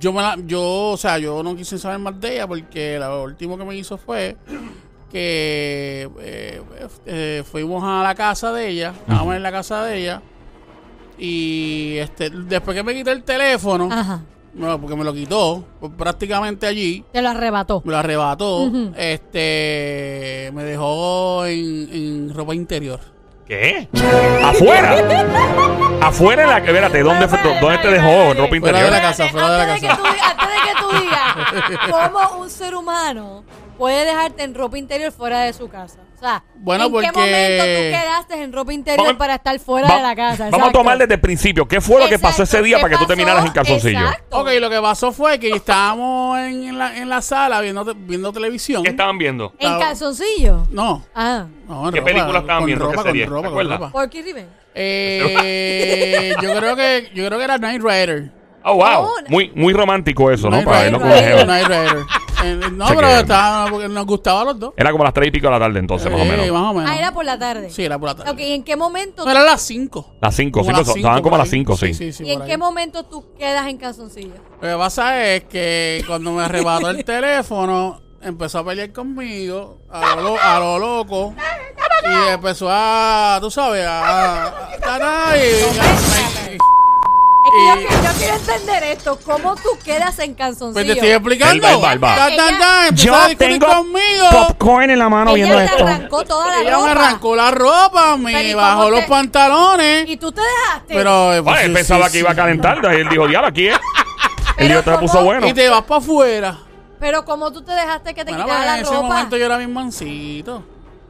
Speaker 4: yo me la, yo, o sea, yo no quise saber más de ella porque lo último que me hizo fue que eh, eh, fuimos a la casa de ella, estábamos en la casa de ella y este, después que me quité el teléfono,
Speaker 3: Ajá.
Speaker 4: no, porque me lo quitó, pues, prácticamente allí,
Speaker 3: Te lo arrebató.
Speaker 4: me lo arrebató,
Speaker 3: Ujú.
Speaker 4: este, me dejó en, en ropa interior.
Speaker 1: ¿Qué? ¿Afuera? ¿Afuera? En la, espérate, ¿dónde, fue- ¿dónde te dejó? ¿En
Speaker 4: Fuera
Speaker 1: ropa
Speaker 4: de
Speaker 1: interior?
Speaker 4: la casa, fuera de la
Speaker 3: Antes de, que
Speaker 4: casa.
Speaker 3: tú, digas- antes de que tú digas cómo un ser humano puede dejarte en ropa interior fuera de su casa. O sea,
Speaker 4: Bueno,
Speaker 3: ¿en
Speaker 4: porque-
Speaker 3: qué momento tú quedaste en ropa interior
Speaker 1: Vamos-
Speaker 3: para estar fuera
Speaker 1: Va-
Speaker 3: de la casa?
Speaker 1: Vamos a
Speaker 3: Exacto.
Speaker 1: tomar desde el principio. ¿Qué fue lo que pasó
Speaker 3: Exacto,
Speaker 1: ese día
Speaker 3: ¿qué
Speaker 1: para que tú
Speaker 3: pasó?
Speaker 1: terminaras en calzoncillo?
Speaker 3: Exacto.
Speaker 4: Ok, lo que pasó fue que estábamos en, en la, en la sala viendo, te- viendo televisión.
Speaker 1: ¿Qué estaban viendo?
Speaker 3: ¿En calzoncillo?
Speaker 4: No.
Speaker 3: Ah,
Speaker 4: no en
Speaker 1: ¿Qué película estaban
Speaker 4: con
Speaker 1: viendo? ¿Qué
Speaker 4: Ropa, con
Speaker 1: serie? ¿Te
Speaker 4: ropa, con
Speaker 1: acuerdas?
Speaker 4: ropa.
Speaker 3: Porky Riven.
Speaker 4: Eh, yo creo que yo creo que era Night Rider.
Speaker 1: Oh, wow.
Speaker 3: No,
Speaker 1: Muy, muy romántico eso, ¿no?
Speaker 4: Knight
Speaker 1: Para
Speaker 4: Rider,
Speaker 1: verlo
Speaker 4: Rider,
Speaker 1: con la
Speaker 3: Knight
Speaker 1: jeva.
Speaker 4: Knight Rider. Eh, no,
Speaker 1: Se
Speaker 4: pero
Speaker 1: quedan.
Speaker 4: estaba, porque nos gustaba a los dos.
Speaker 1: Era como las 3 y pico de la tarde entonces, más o
Speaker 4: Eh,
Speaker 1: menos.
Speaker 4: más o menos.
Speaker 3: Ah, era por la tarde.
Speaker 4: Sí, era por la tarde.
Speaker 3: Ok, ¿y en qué momento?
Speaker 4: No, era a las 5.
Speaker 1: Las 5, estaban como a las 5, sí.
Speaker 4: sí, sí
Speaker 3: ¿Y en
Speaker 4: por
Speaker 3: qué
Speaker 4: ahí.
Speaker 3: momento tú quedas en calzoncillo?
Speaker 4: Lo que pasa es que cuando me arrebató el teléfono, empezó a pelear conmigo, a lo, lo- a lo loco. Y empezó a, tú sabes, a... a- a- a- y- y- y-
Speaker 3: Es que
Speaker 4: Y-
Speaker 3: yo, que- yo quiero entender esto. ¿Cómo tú quedas en
Speaker 4: Pues te
Speaker 3: calzoncillo?
Speaker 4: estoy explicando.
Speaker 1: Él va, él va, él va.
Speaker 4: Tan, tan, tan, empezó
Speaker 5: Yo
Speaker 4: a discutir
Speaker 5: tengo
Speaker 4: conmigo.
Speaker 5: popcorn en la mano
Speaker 3: Ella
Speaker 5: viendo
Speaker 3: te
Speaker 5: esto.
Speaker 3: arrancó toda la
Speaker 4: Ella
Speaker 3: ropa.
Speaker 4: me arrancó la ropa,
Speaker 3: Pero, ¿y
Speaker 4: me
Speaker 3: cómo
Speaker 4: bajó
Speaker 3: te-
Speaker 4: los pantalones.
Speaker 3: Y tú te dejaste.
Speaker 4: Pero eh, pues,
Speaker 1: Vale, él
Speaker 4: sí,
Speaker 1: pensaba
Speaker 4: sí,
Speaker 1: que iba a
Speaker 4: sí.
Speaker 1: calentar. Y él dijo, diablo, aquí es. El
Speaker 3: Pero
Speaker 1: dios te
Speaker 3: ¿cómo?
Speaker 1: puso bueno.
Speaker 4: Y te vas para afuera.
Speaker 3: Pero ¿cómo tú te dejaste que te
Speaker 4: Bueno,
Speaker 3: quitara
Speaker 4: porque en
Speaker 3: la
Speaker 4: ese
Speaker 3: ropa?
Speaker 4: momento yo era bien mancito.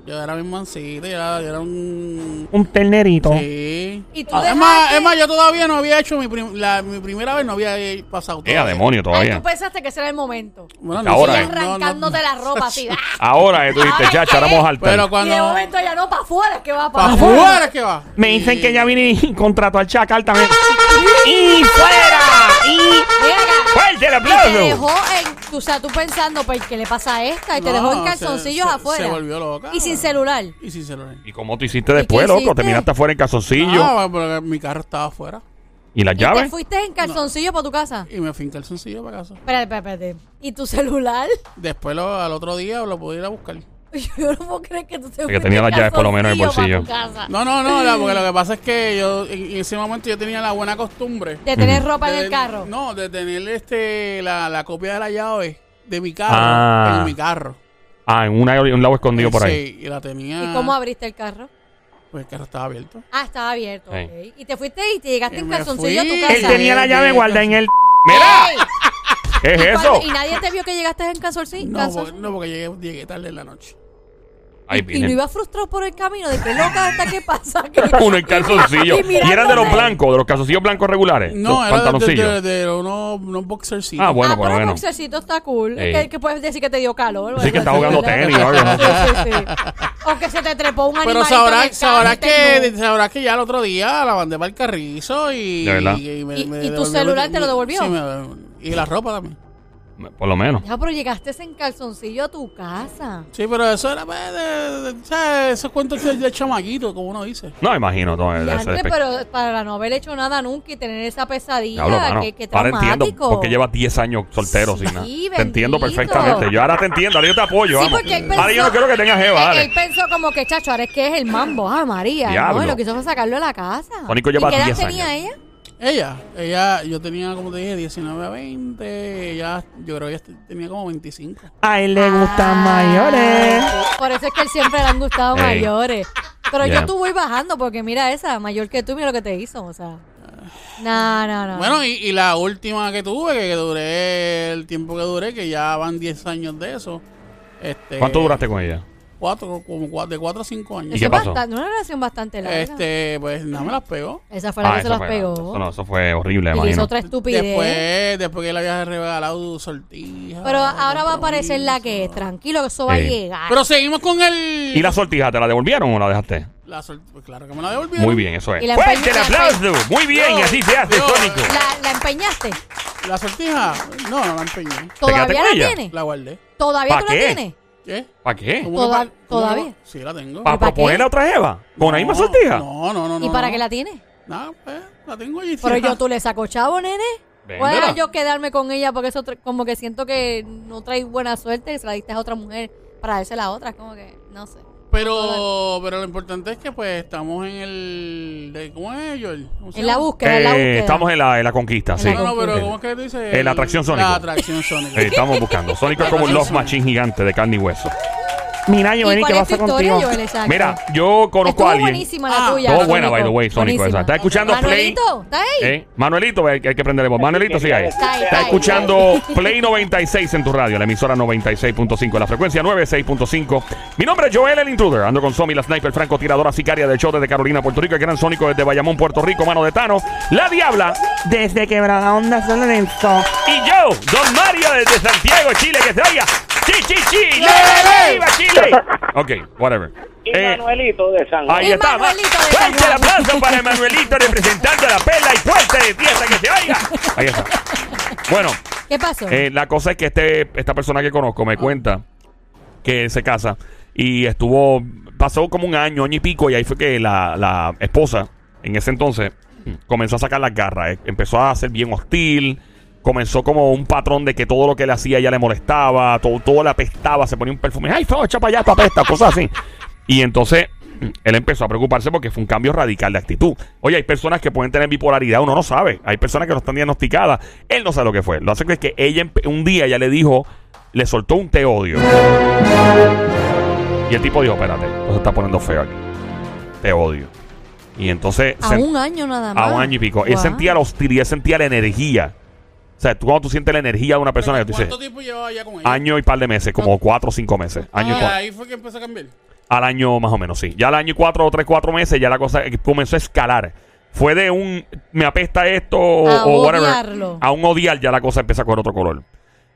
Speaker 4: Yo era bien mancito, yo era, yo era un...
Speaker 5: Un ternerito.
Speaker 4: Sí. Ah,
Speaker 3: Y tú
Speaker 4: es, más,
Speaker 3: dejaste-
Speaker 4: es más, yo todavía no había hecho mi, prim- la- mi primera vez, no había eh, pasado
Speaker 3: pues,
Speaker 1: Ea,
Speaker 4: todavía.
Speaker 1: demonio
Speaker 3: Ay,
Speaker 1: todavía.
Speaker 3: tú pensaste que ese era el momento.
Speaker 4: Bueno,
Speaker 1: Ahora,
Speaker 3: Y
Speaker 1: eh.
Speaker 4: no, no,
Speaker 3: arrancándote
Speaker 4: no.
Speaker 3: la ropa así. ¡ah!
Speaker 1: Ahora eh, tú dijiste,
Speaker 3: Ahora
Speaker 1: chacha,
Speaker 3: qué.
Speaker 1: ahora vamos a saltar.
Speaker 4: Pero
Speaker 3: Y de
Speaker 4: cuando...
Speaker 3: momento ya no, para afuera es que va para
Speaker 4: Para
Speaker 3: afuera.
Speaker 4: afuera es que va.
Speaker 5: Me
Speaker 4: Y-
Speaker 5: dicen que ella vino y contrató al Chacal también. ¡Y fuera! ¡Y
Speaker 3: Mira acá.
Speaker 1: ¡Fuerte el
Speaker 3: Y te
Speaker 1: aplauso!
Speaker 3: dejó en, o sea, tú pensando, pues, ¿qué le pasa a esta? Y te
Speaker 4: No,
Speaker 3: dejó en
Speaker 4: se-
Speaker 3: calzoncillos
Speaker 4: se-
Speaker 3: afuera.
Speaker 4: se volvió loca.
Speaker 3: Y sin celular.
Speaker 4: Y sin celular.
Speaker 1: ¿Y cómo tú hiciste después,
Speaker 3: qué
Speaker 1: loco?
Speaker 3: hiciste?
Speaker 1: Terminaste afuera en calzoncillo.
Speaker 4: No, Ah, porque mi carro estaba afuera.
Speaker 1: ¿Y las
Speaker 3: ¿Y te
Speaker 1: llaves?
Speaker 3: fuiste en calzoncillos para tu casa?
Speaker 4: Y me fui en calzoncillo para casa.
Speaker 3: Espérate, espérate, espérate. ¿Y tu celular?
Speaker 4: Después lo- al otro día lo pude ir a buscar.
Speaker 3: Yo no puedo creer que tú te fuiste
Speaker 1: tenía
Speaker 3: en
Speaker 1: las llaves por lo menos en el
Speaker 3: calzoncillo
Speaker 1: bolsillo.
Speaker 3: pa' tu casa.
Speaker 4: No, no, no, la- porque lo que pasa es que yo en en ese momento yo tenía la buena costumbre.
Speaker 3: De tener ropa en
Speaker 4: de-
Speaker 3: el carro.
Speaker 4: No, de tener este, la, la copia de la llave de mi carro
Speaker 1: Ah.
Speaker 4: en mi carro.
Speaker 1: Ah, en una- en un lado escondido por ahí.
Speaker 4: Sí, y la tenía.
Speaker 3: ¿Y cómo abriste el carro?
Speaker 4: Pues el carro estaba abierto.
Speaker 3: Ah, estaba abierto.
Speaker 1: Sí.
Speaker 3: ok. Y te fuiste y te llegaste
Speaker 4: Y
Speaker 3: en
Speaker 4: me
Speaker 3: calzoncillo a tu
Speaker 4: fui.
Speaker 5: él
Speaker 3: casa.
Speaker 5: tenía la llave guardada en el.
Speaker 1: ¡Mira!
Speaker 3: ¡Ey!
Speaker 1: ¿Qué es
Speaker 3: ¿Y
Speaker 1: eso?
Speaker 3: cuándo- ¿Y nadie te vio que llegaste en calzoncillo?
Speaker 4: No, porque,
Speaker 3: calzoncillo?
Speaker 4: no, porque llegué, llegué tarde en la noche.
Speaker 1: Ay,
Speaker 3: y no
Speaker 1: viene.
Speaker 3: ibas frustrado por el camino de que loca hasta que pasa. Que...
Speaker 1: Uno en calzoncillo.
Speaker 3: Y
Speaker 1: Y eran de los
Speaker 3: mirándome.
Speaker 1: blancos, de los calzoncillos blancos regulares.
Speaker 4: No, era
Speaker 1: los
Speaker 4: de, de, de-
Speaker 1: pantaloncillos.
Speaker 4: de unos, unos boxercitos.
Speaker 1: Ah, bueno,
Speaker 3: ah,
Speaker 1: por lo
Speaker 3: pero el
Speaker 1: menos.
Speaker 3: boxercito está cool.
Speaker 1: Ey.
Speaker 3: Que, que puedes decir que te dio calor.
Speaker 1: Sí, que está jugando
Speaker 3: ¿verdad?
Speaker 1: tenis o algo, ¿no?
Speaker 3: Sí, sí, sí. O que se te trepó un animal.
Speaker 4: Pero sabrás sabrá
Speaker 3: este
Speaker 4: que, sabrás que ya el otro día la mandé para el carrizo y.
Speaker 1: De verdad.
Speaker 3: ¿Y- y tu
Speaker 4: devolvió
Speaker 3: celular
Speaker 4: mi-
Speaker 3: te lo
Speaker 4: mi-
Speaker 3: devolvió?
Speaker 4: Sí, me devolvió. y la ropa también.
Speaker 1: Por lo menos.
Speaker 3: Ya, pero llegaste en calzoncillo a tu casa.
Speaker 4: Sí, pero eso era. pues, de- de- ¿sabes? Esos cuentos de, de chamaquito, como uno dice.
Speaker 1: No, imagino todo
Speaker 3: Y
Speaker 1: ese
Speaker 3: antes,
Speaker 1: aspecto.
Speaker 3: pero para no haber hecho nada nunca y tener esa pesadilla,
Speaker 1: Diablo, mano.
Speaker 3: que, que
Speaker 1: Ahora entiendo
Speaker 3: traumático.
Speaker 1: porque llevas 10 años soltero
Speaker 3: Sí,
Speaker 1: sin nada. Te
Speaker 3: bendito.
Speaker 1: entiendo perfectamente. Yo ahora te entiendo, ahora yo te apoyo.
Speaker 3: Sí,
Speaker 1: vamos.
Speaker 3: porque él pensó,
Speaker 1: Ahora yo no quiero que tengas jeva,
Speaker 3: él,
Speaker 1: dale.
Speaker 3: él pensó como que, chacho, ahora es que es el mambo. Ah, María.
Speaker 1: Diablo.
Speaker 3: No, y lo que hizo fue sacarlo de la casa.
Speaker 1: Sónico
Speaker 3: ¿Y
Speaker 1: lleva
Speaker 3: qué edad
Speaker 1: 10
Speaker 3: tenía
Speaker 1: años.
Speaker 3: ella?
Speaker 4: Ella, ella, yo tenía, como te dije, 19 a 20. Ella, yo creo que ella tenía como 25.
Speaker 5: A él le gustan mayores.
Speaker 3: Ah. Por eso es que él siempre le han gustado
Speaker 1: Ey.
Speaker 3: mayores. Pero
Speaker 1: Yeah.
Speaker 3: yo tú voy bajando porque mira esa, mayor que tú, mira lo que te hizo. O sea, no, no, no.
Speaker 4: Bueno, y, y la última que tuve, que, que duré el tiempo que duré, que ya van 10 años de eso. Este,
Speaker 1: ¿Cuánto duraste con ella?
Speaker 4: Cuatro, como cua- de 4 a 5
Speaker 3: Eso
Speaker 4: años.
Speaker 1: ¿Y qué
Speaker 3: es
Speaker 1: pasó?
Speaker 3: bastante- una relación bastante larga.
Speaker 4: Este, pues nada, me las pegó.
Speaker 3: Esa fue la que se
Speaker 1: eso
Speaker 3: las
Speaker 1: Ah, fue-
Speaker 3: pegó.
Speaker 1: Eso, no, eso fue horrible,
Speaker 3: y hizo
Speaker 1: imagino.
Speaker 3: otra estupidez.
Speaker 4: Después, después que le había regalado sortija.
Speaker 3: Pero ahora va a aparecer la que es.
Speaker 4: compromiso.
Speaker 3: Tranquilo, que eso va a
Speaker 1: Ey.
Speaker 3: llegar.
Speaker 4: Pero seguimos con el.
Speaker 1: ¿Y la sortija te la devolvieron o la dejaste?
Speaker 4: la sol- pues claro que me la devolvieron.
Speaker 1: Muy bien, eso es.
Speaker 3: Y la
Speaker 1: ¡Fuerte el
Speaker 3: empeñaste.
Speaker 1: aplauso! Muy bien,
Speaker 4: No,
Speaker 1: así se hace,
Speaker 4: no.
Speaker 1: Sónico.
Speaker 3: ¿La, la empeñaste?
Speaker 4: La sortija, no, no la empeñé.
Speaker 1: quedaste
Speaker 3: ¿Todavía
Speaker 1: con
Speaker 3: la
Speaker 1: ella?
Speaker 3: tienes?
Speaker 4: La guardé.
Speaker 3: ¿Todavía
Speaker 1: ¿Pa'
Speaker 3: tú la
Speaker 1: qué?
Speaker 3: tienes?
Speaker 4: ¿Qué?
Speaker 1: ¿Para qué?
Speaker 4: ¿Cómo que pa-
Speaker 3: Toda-
Speaker 4: cómo que pa-
Speaker 3: todavía?
Speaker 4: Sí, la tengo.
Speaker 1: ¿Para
Speaker 3: pa' qué?
Speaker 1: proponer a otra jeva? ¿Con la misma
Speaker 4: No,
Speaker 1: sortija?
Speaker 4: No, no, no.
Speaker 3: ¿Y
Speaker 4: no,
Speaker 3: para
Speaker 4: no.
Speaker 3: qué la tienes?
Speaker 4: Nada, pues, la tengo allí.
Speaker 3: Pero
Speaker 4: sí,
Speaker 3: yo
Speaker 4: ajá.
Speaker 3: tú le saco chavo, nene.
Speaker 1: Véndela.
Speaker 3: Voy yo quedarme con ella porque eso tra- como que siento que no trae buena suerte que se la diste a otra mujer para dársela a otra. Como que, no sé.
Speaker 4: Pero, pero lo importante es que, pues, estamos en el. de- ¿Cómo es, Joel? ¿Cómo se
Speaker 3: En la
Speaker 4: llama?
Speaker 3: búsqueda, en la
Speaker 1: Eh,
Speaker 3: búsqueda.
Speaker 1: estamos en la, en la conquista,
Speaker 3: En
Speaker 1: sí.
Speaker 3: la
Speaker 4: No, no, pero
Speaker 1: Sí.
Speaker 4: ¿cómo es que dice?
Speaker 1: Eh, la atracción sónica.
Speaker 4: La atracción sónica.
Speaker 1: Eh, estamos buscando. Sónico es como un Love Machine gigante de carne y hueso.
Speaker 5: Mira, Joel,
Speaker 3: ¿Y
Speaker 5: ¿y
Speaker 3: cuál
Speaker 5: qué
Speaker 3: es tu
Speaker 5: pasa
Speaker 3: historia,
Speaker 5: contigo?
Speaker 3: Joel? Exacto.
Speaker 1: Mira, yo conozco
Speaker 3: Estuvo
Speaker 1: a alguien.
Speaker 3: buenísima la
Speaker 4: Ah,
Speaker 3: tuya.
Speaker 1: Estuvo buena, by the
Speaker 3: Sónico.
Speaker 1: way, pues, Sónico.
Speaker 3: Buenísima.
Speaker 1: esa. Está escuchando Play.
Speaker 3: Manuelito, ¿está ahí?
Speaker 1: ¿Eh? Manuelito, hay, hay que prenderle voz. Manuelito, sigue ahí.
Speaker 3: Está ahí,
Speaker 1: Está
Speaker 3: ahí.
Speaker 1: escuchando Play 96 en tu radio, la emisora 96.5, la frecuencia 96.5. Mi nombre es Joel el Intruder. Ando con Somi, la sniper francotiradora sicaria del show desde Carolina, Puerto Rico. El gran sónico desde Bayamón, Puerto Rico, mano de Tano. La Diabla.
Speaker 5: Desde Quebrada Onda San Lorenzo.
Speaker 1: Y yo, Don Mario desde Santiago, Chile, que se oiga. ¡Chi, chi, chi! ¡Viva Chile! Ok, whatever.
Speaker 6: Y
Speaker 1: Eh,
Speaker 6: Manuelito de San Juan.
Speaker 1: Ahí está. ma-
Speaker 3: Emanuelito de San
Speaker 1: Fuerte el
Speaker 3: Juan.
Speaker 1: aplauso para Emanuelito representando a la perla y fuerte de tierra que se oiga. Ahí está. Bueno,
Speaker 3: ¿Qué pasó?
Speaker 1: eh, la cosa es que este, esta persona que conozco me cuenta que se casa y estuvo, pasó como un año, año y pico y ahí fue que la, la esposa en ese entonces comenzó a sacar las garras, eh, empezó a ser bien hostil, comenzó como un patrón de que todo lo que le hacía ya le molestaba, todo, todo le apestaba, se ponía un perfume, ay, feo, echa para allá, tú apestas", cosas así. Y entonces él empezó a preocuparse porque fue un cambio radical de actitud. Oye, hay personas que pueden tener bipolaridad, uno no sabe. Hay personas que no están diagnosticadas. Él no sabe lo que fue. Lo hace que es que ella empe- un día ya le dijo, le soltó un te odio. Y el tipo dijo, espérate, esto se está poniendo feo aquí. Te odio. Y entonces...
Speaker 3: a
Speaker 1: sen-
Speaker 3: un año nada más.
Speaker 1: a un año y pico. Él
Speaker 3: Guau.
Speaker 1: sentía la hostilidad, sentía la energía. O sea, tú, cuando tú sientes la energía de una persona que tú dices,
Speaker 4: ¿Cuánto tiempo llevaba ya con ella?
Speaker 1: año y par de meses, como cuatro o cinco meses. Año
Speaker 4: Ah,
Speaker 1: y cuatro.
Speaker 4: ahí fue que empezó a cambiar.
Speaker 1: Al año más o menos, sí. Ya al año y cuatro o tres, cuatro meses, ya la cosa eh, comenzó a escalar. Fue de un me apesta esto o,
Speaker 3: A
Speaker 1: o whatever.
Speaker 3: odiarlo.
Speaker 1: A un odiar, ya la cosa empieza a coger otro color.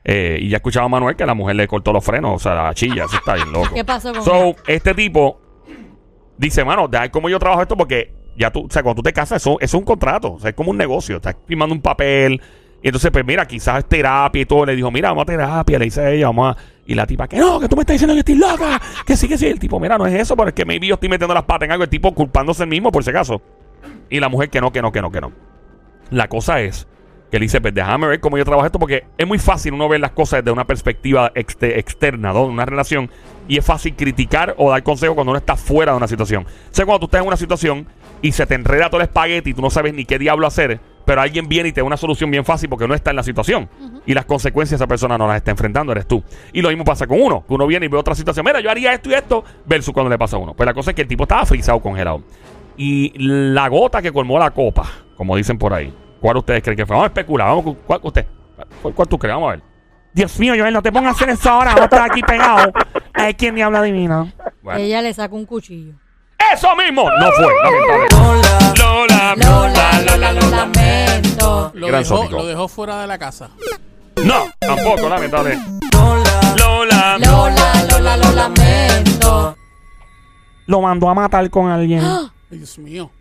Speaker 1: Eh, y ya escuchaba a Manuel que la mujer le cortó los frenos, o sea, la chilla, eso está bien loco.
Speaker 3: ¿Qué pasó con
Speaker 1: So, este tipo dice, mano, deja como yo trabajo esto porque ya tú, o sea, cuando tú te casas, eso, eso es un contrato, o sea, es como un negocio, estás firmando un papel. Y entonces, pues mira, quizás terapia y todo. Le dijo, mira, vamos a terapia. Le dice a ella, vamos a. Y la tipa, que no, que tú me estás diciendo que estoy loca. Que sí, que sí. El tipo, mira, no es eso, pero es que maybe yo estoy metiendo las patas en algo. El tipo culpándose el mismo, por si acaso. Y la mujer, que no, que no, que no, que no. La cosa es que le dice, pues déjame ver cómo yo trabajo esto, porque es muy fácil uno ver las cosas desde una perspectiva exte- externa, ¿no? De una relación, y es fácil criticar o dar consejo cuando uno está fuera de una situación. O sea, cuando tú estás en una situación y se te enreda todo el espagueti y tú no sabes ni qué diablo hacer, pero alguien viene y te da una solución bien fácil porque no está en la situación. Y las consecuencias esa persona no las está enfrentando, eres tú. Y lo mismo pasa con uno, que uno viene y ve otra situación, mira, yo haría esto y esto, versus cuando le pasa a uno. Pues la cosa es que el tipo estaba frisado, congelado. Y la gota que colmó la copa, como dicen por ahí. ¿Cuál ustedes creen que fue? Vamos a especular. Vamos, cu- ¿cuál, usted, cuál, cuál tú crees? Vamos a ver.
Speaker 5: Dios mío, Joel, no te pongas a hacer eso ahora. Vamos a estar aquí pegados. Hay quien ni habla divina.
Speaker 1: Bueno.
Speaker 3: Ella le sacó un cuchillo.
Speaker 1: ¡Eso mismo! No fue. lamentablemente. Lola,
Speaker 3: lamento.
Speaker 4: Lo
Speaker 1: Gran
Speaker 4: dejó,
Speaker 1: sónico.
Speaker 4: lo dejó fuera de la casa.
Speaker 1: No, tampoco, lamentable. Lola,
Speaker 3: Lola, lo lamento.
Speaker 5: Lo mandó a matar con alguien.
Speaker 4: Ay, Dios mío.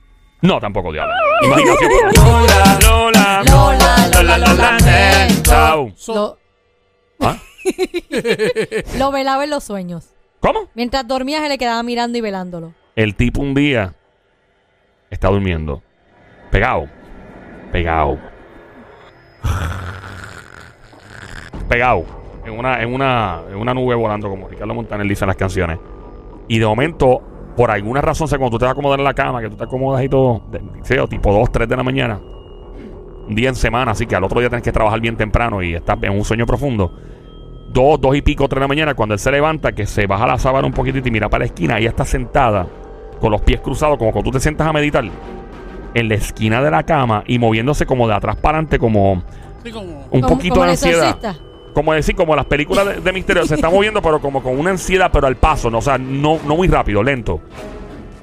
Speaker 1: No, tampoco, diablo. Imaginación. Lola,
Speaker 3: Lola,
Speaker 4: So-
Speaker 3: Lo,
Speaker 1: ¿Ah?
Speaker 3: lo velaba en los sueños.
Speaker 1: ¿Cómo?
Speaker 3: Mientras dormía se le quedaba mirando y velándolo.
Speaker 1: El tipo un día está durmiendo. Pegado. Pegado. Pegado. En una, en una, en una nube volando, como Ricardo Montaner dice en las canciones. Y de momento, por alguna razón, o sea, cuando tú te vas a acomodar en la cama, que tú te acomodas y todo, de- sea, tipo 2, 3 de la mañana, un día en semana, así que al otro día tienes que trabajar bien temprano y estás en un sueño profundo. Dos, dos y pico, tres de la mañana, cuando él se levanta, que se baja la sábana un poquitito y mira para la esquina, ella está sentada con los pies cruzados, como cuando tú te sientas a meditar, en la esquina de la cama y moviéndose como de atrás para adelante, como
Speaker 4: sí, como...
Speaker 1: un
Speaker 3: Como-
Speaker 1: poquito
Speaker 3: como
Speaker 1: de
Speaker 3: el
Speaker 1: ansiedad.
Speaker 3: exorcista.
Speaker 1: Como decir, como las películas de, de misterio, se está moviendo, pero como con una ansiedad, pero al paso, ¿no? o sea, no, no muy rápido, lento.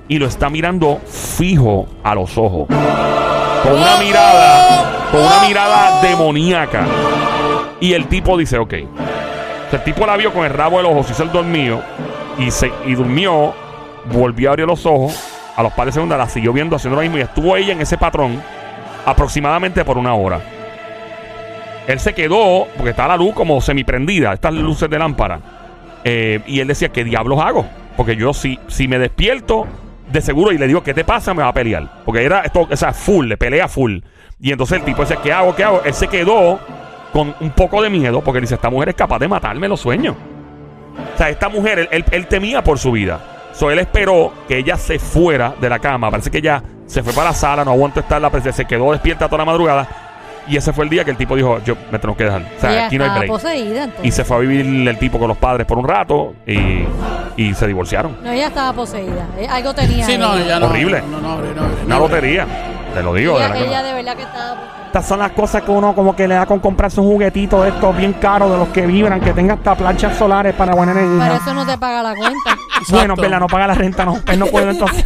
Speaker 1: Y lo está mirando fijo a los ojos. Con una mirada, con una mirada demoníaca. Y el tipo dice, ok. O sea, el tipo la vio con el rabo de los ojos, hizo el dormido y, se, y durmió, volvió a abrir los ojos. A los pares de segundos la siguió viendo haciendo lo mismo y estuvo ella en ese patrón aproximadamente por una hora. Él se quedó, porque estaba la luz como semiprendida, estas luces de lámpara. Eh, y él decía, ¿qué diablos hago? Porque yo si, si me despierto de seguro y le digo, ¿qué te pasa? Me va a pelear. Porque era esto, o sea, full, le pelea full. Y entonces el tipo decía, ¿qué hago? ¿Qué hago? Él se quedó con un poco de miedo porque él dice, esta mujer es capaz de matarme los sueños. O sea, esta mujer, él, él- él temía por su vida. So, él esperó que ella se fuera de la cama. Parece que ella se fue para la sala, no aguantó estar la presencia, se quedó despierta toda la madrugada. Y ese fue el día que el tipo dijo, yo me tengo que dejar. O sea,
Speaker 3: Ella
Speaker 1: aquí no hay
Speaker 3: estaba
Speaker 1: break.
Speaker 3: poseída, entonces.
Speaker 1: Y se fue a vivir el tipo con los padres por un rato y, y se divorciaron.
Speaker 3: No, ella estaba poseída. Eh, Algo tenía.
Speaker 4: Sí, no, ya no.
Speaker 1: Horrible.
Speaker 4: No, no, no, no, no,
Speaker 1: Una
Speaker 4: no.
Speaker 1: lotería. Te lo digo. de
Speaker 3: Ella,
Speaker 1: verdad que no.
Speaker 3: ella de verdad que estaba poseída.
Speaker 5: Estas son las cosas que uno como que le da con comprarse un juguetito de estos bien caros, de los que vibran, que tenga hasta planchas solares para buena energía.
Speaker 3: Para eso no te paga la cuenta.
Speaker 5: Bueno,
Speaker 4: Exacto.
Speaker 5: Vela no paga la renta, no. Él no puede entonces.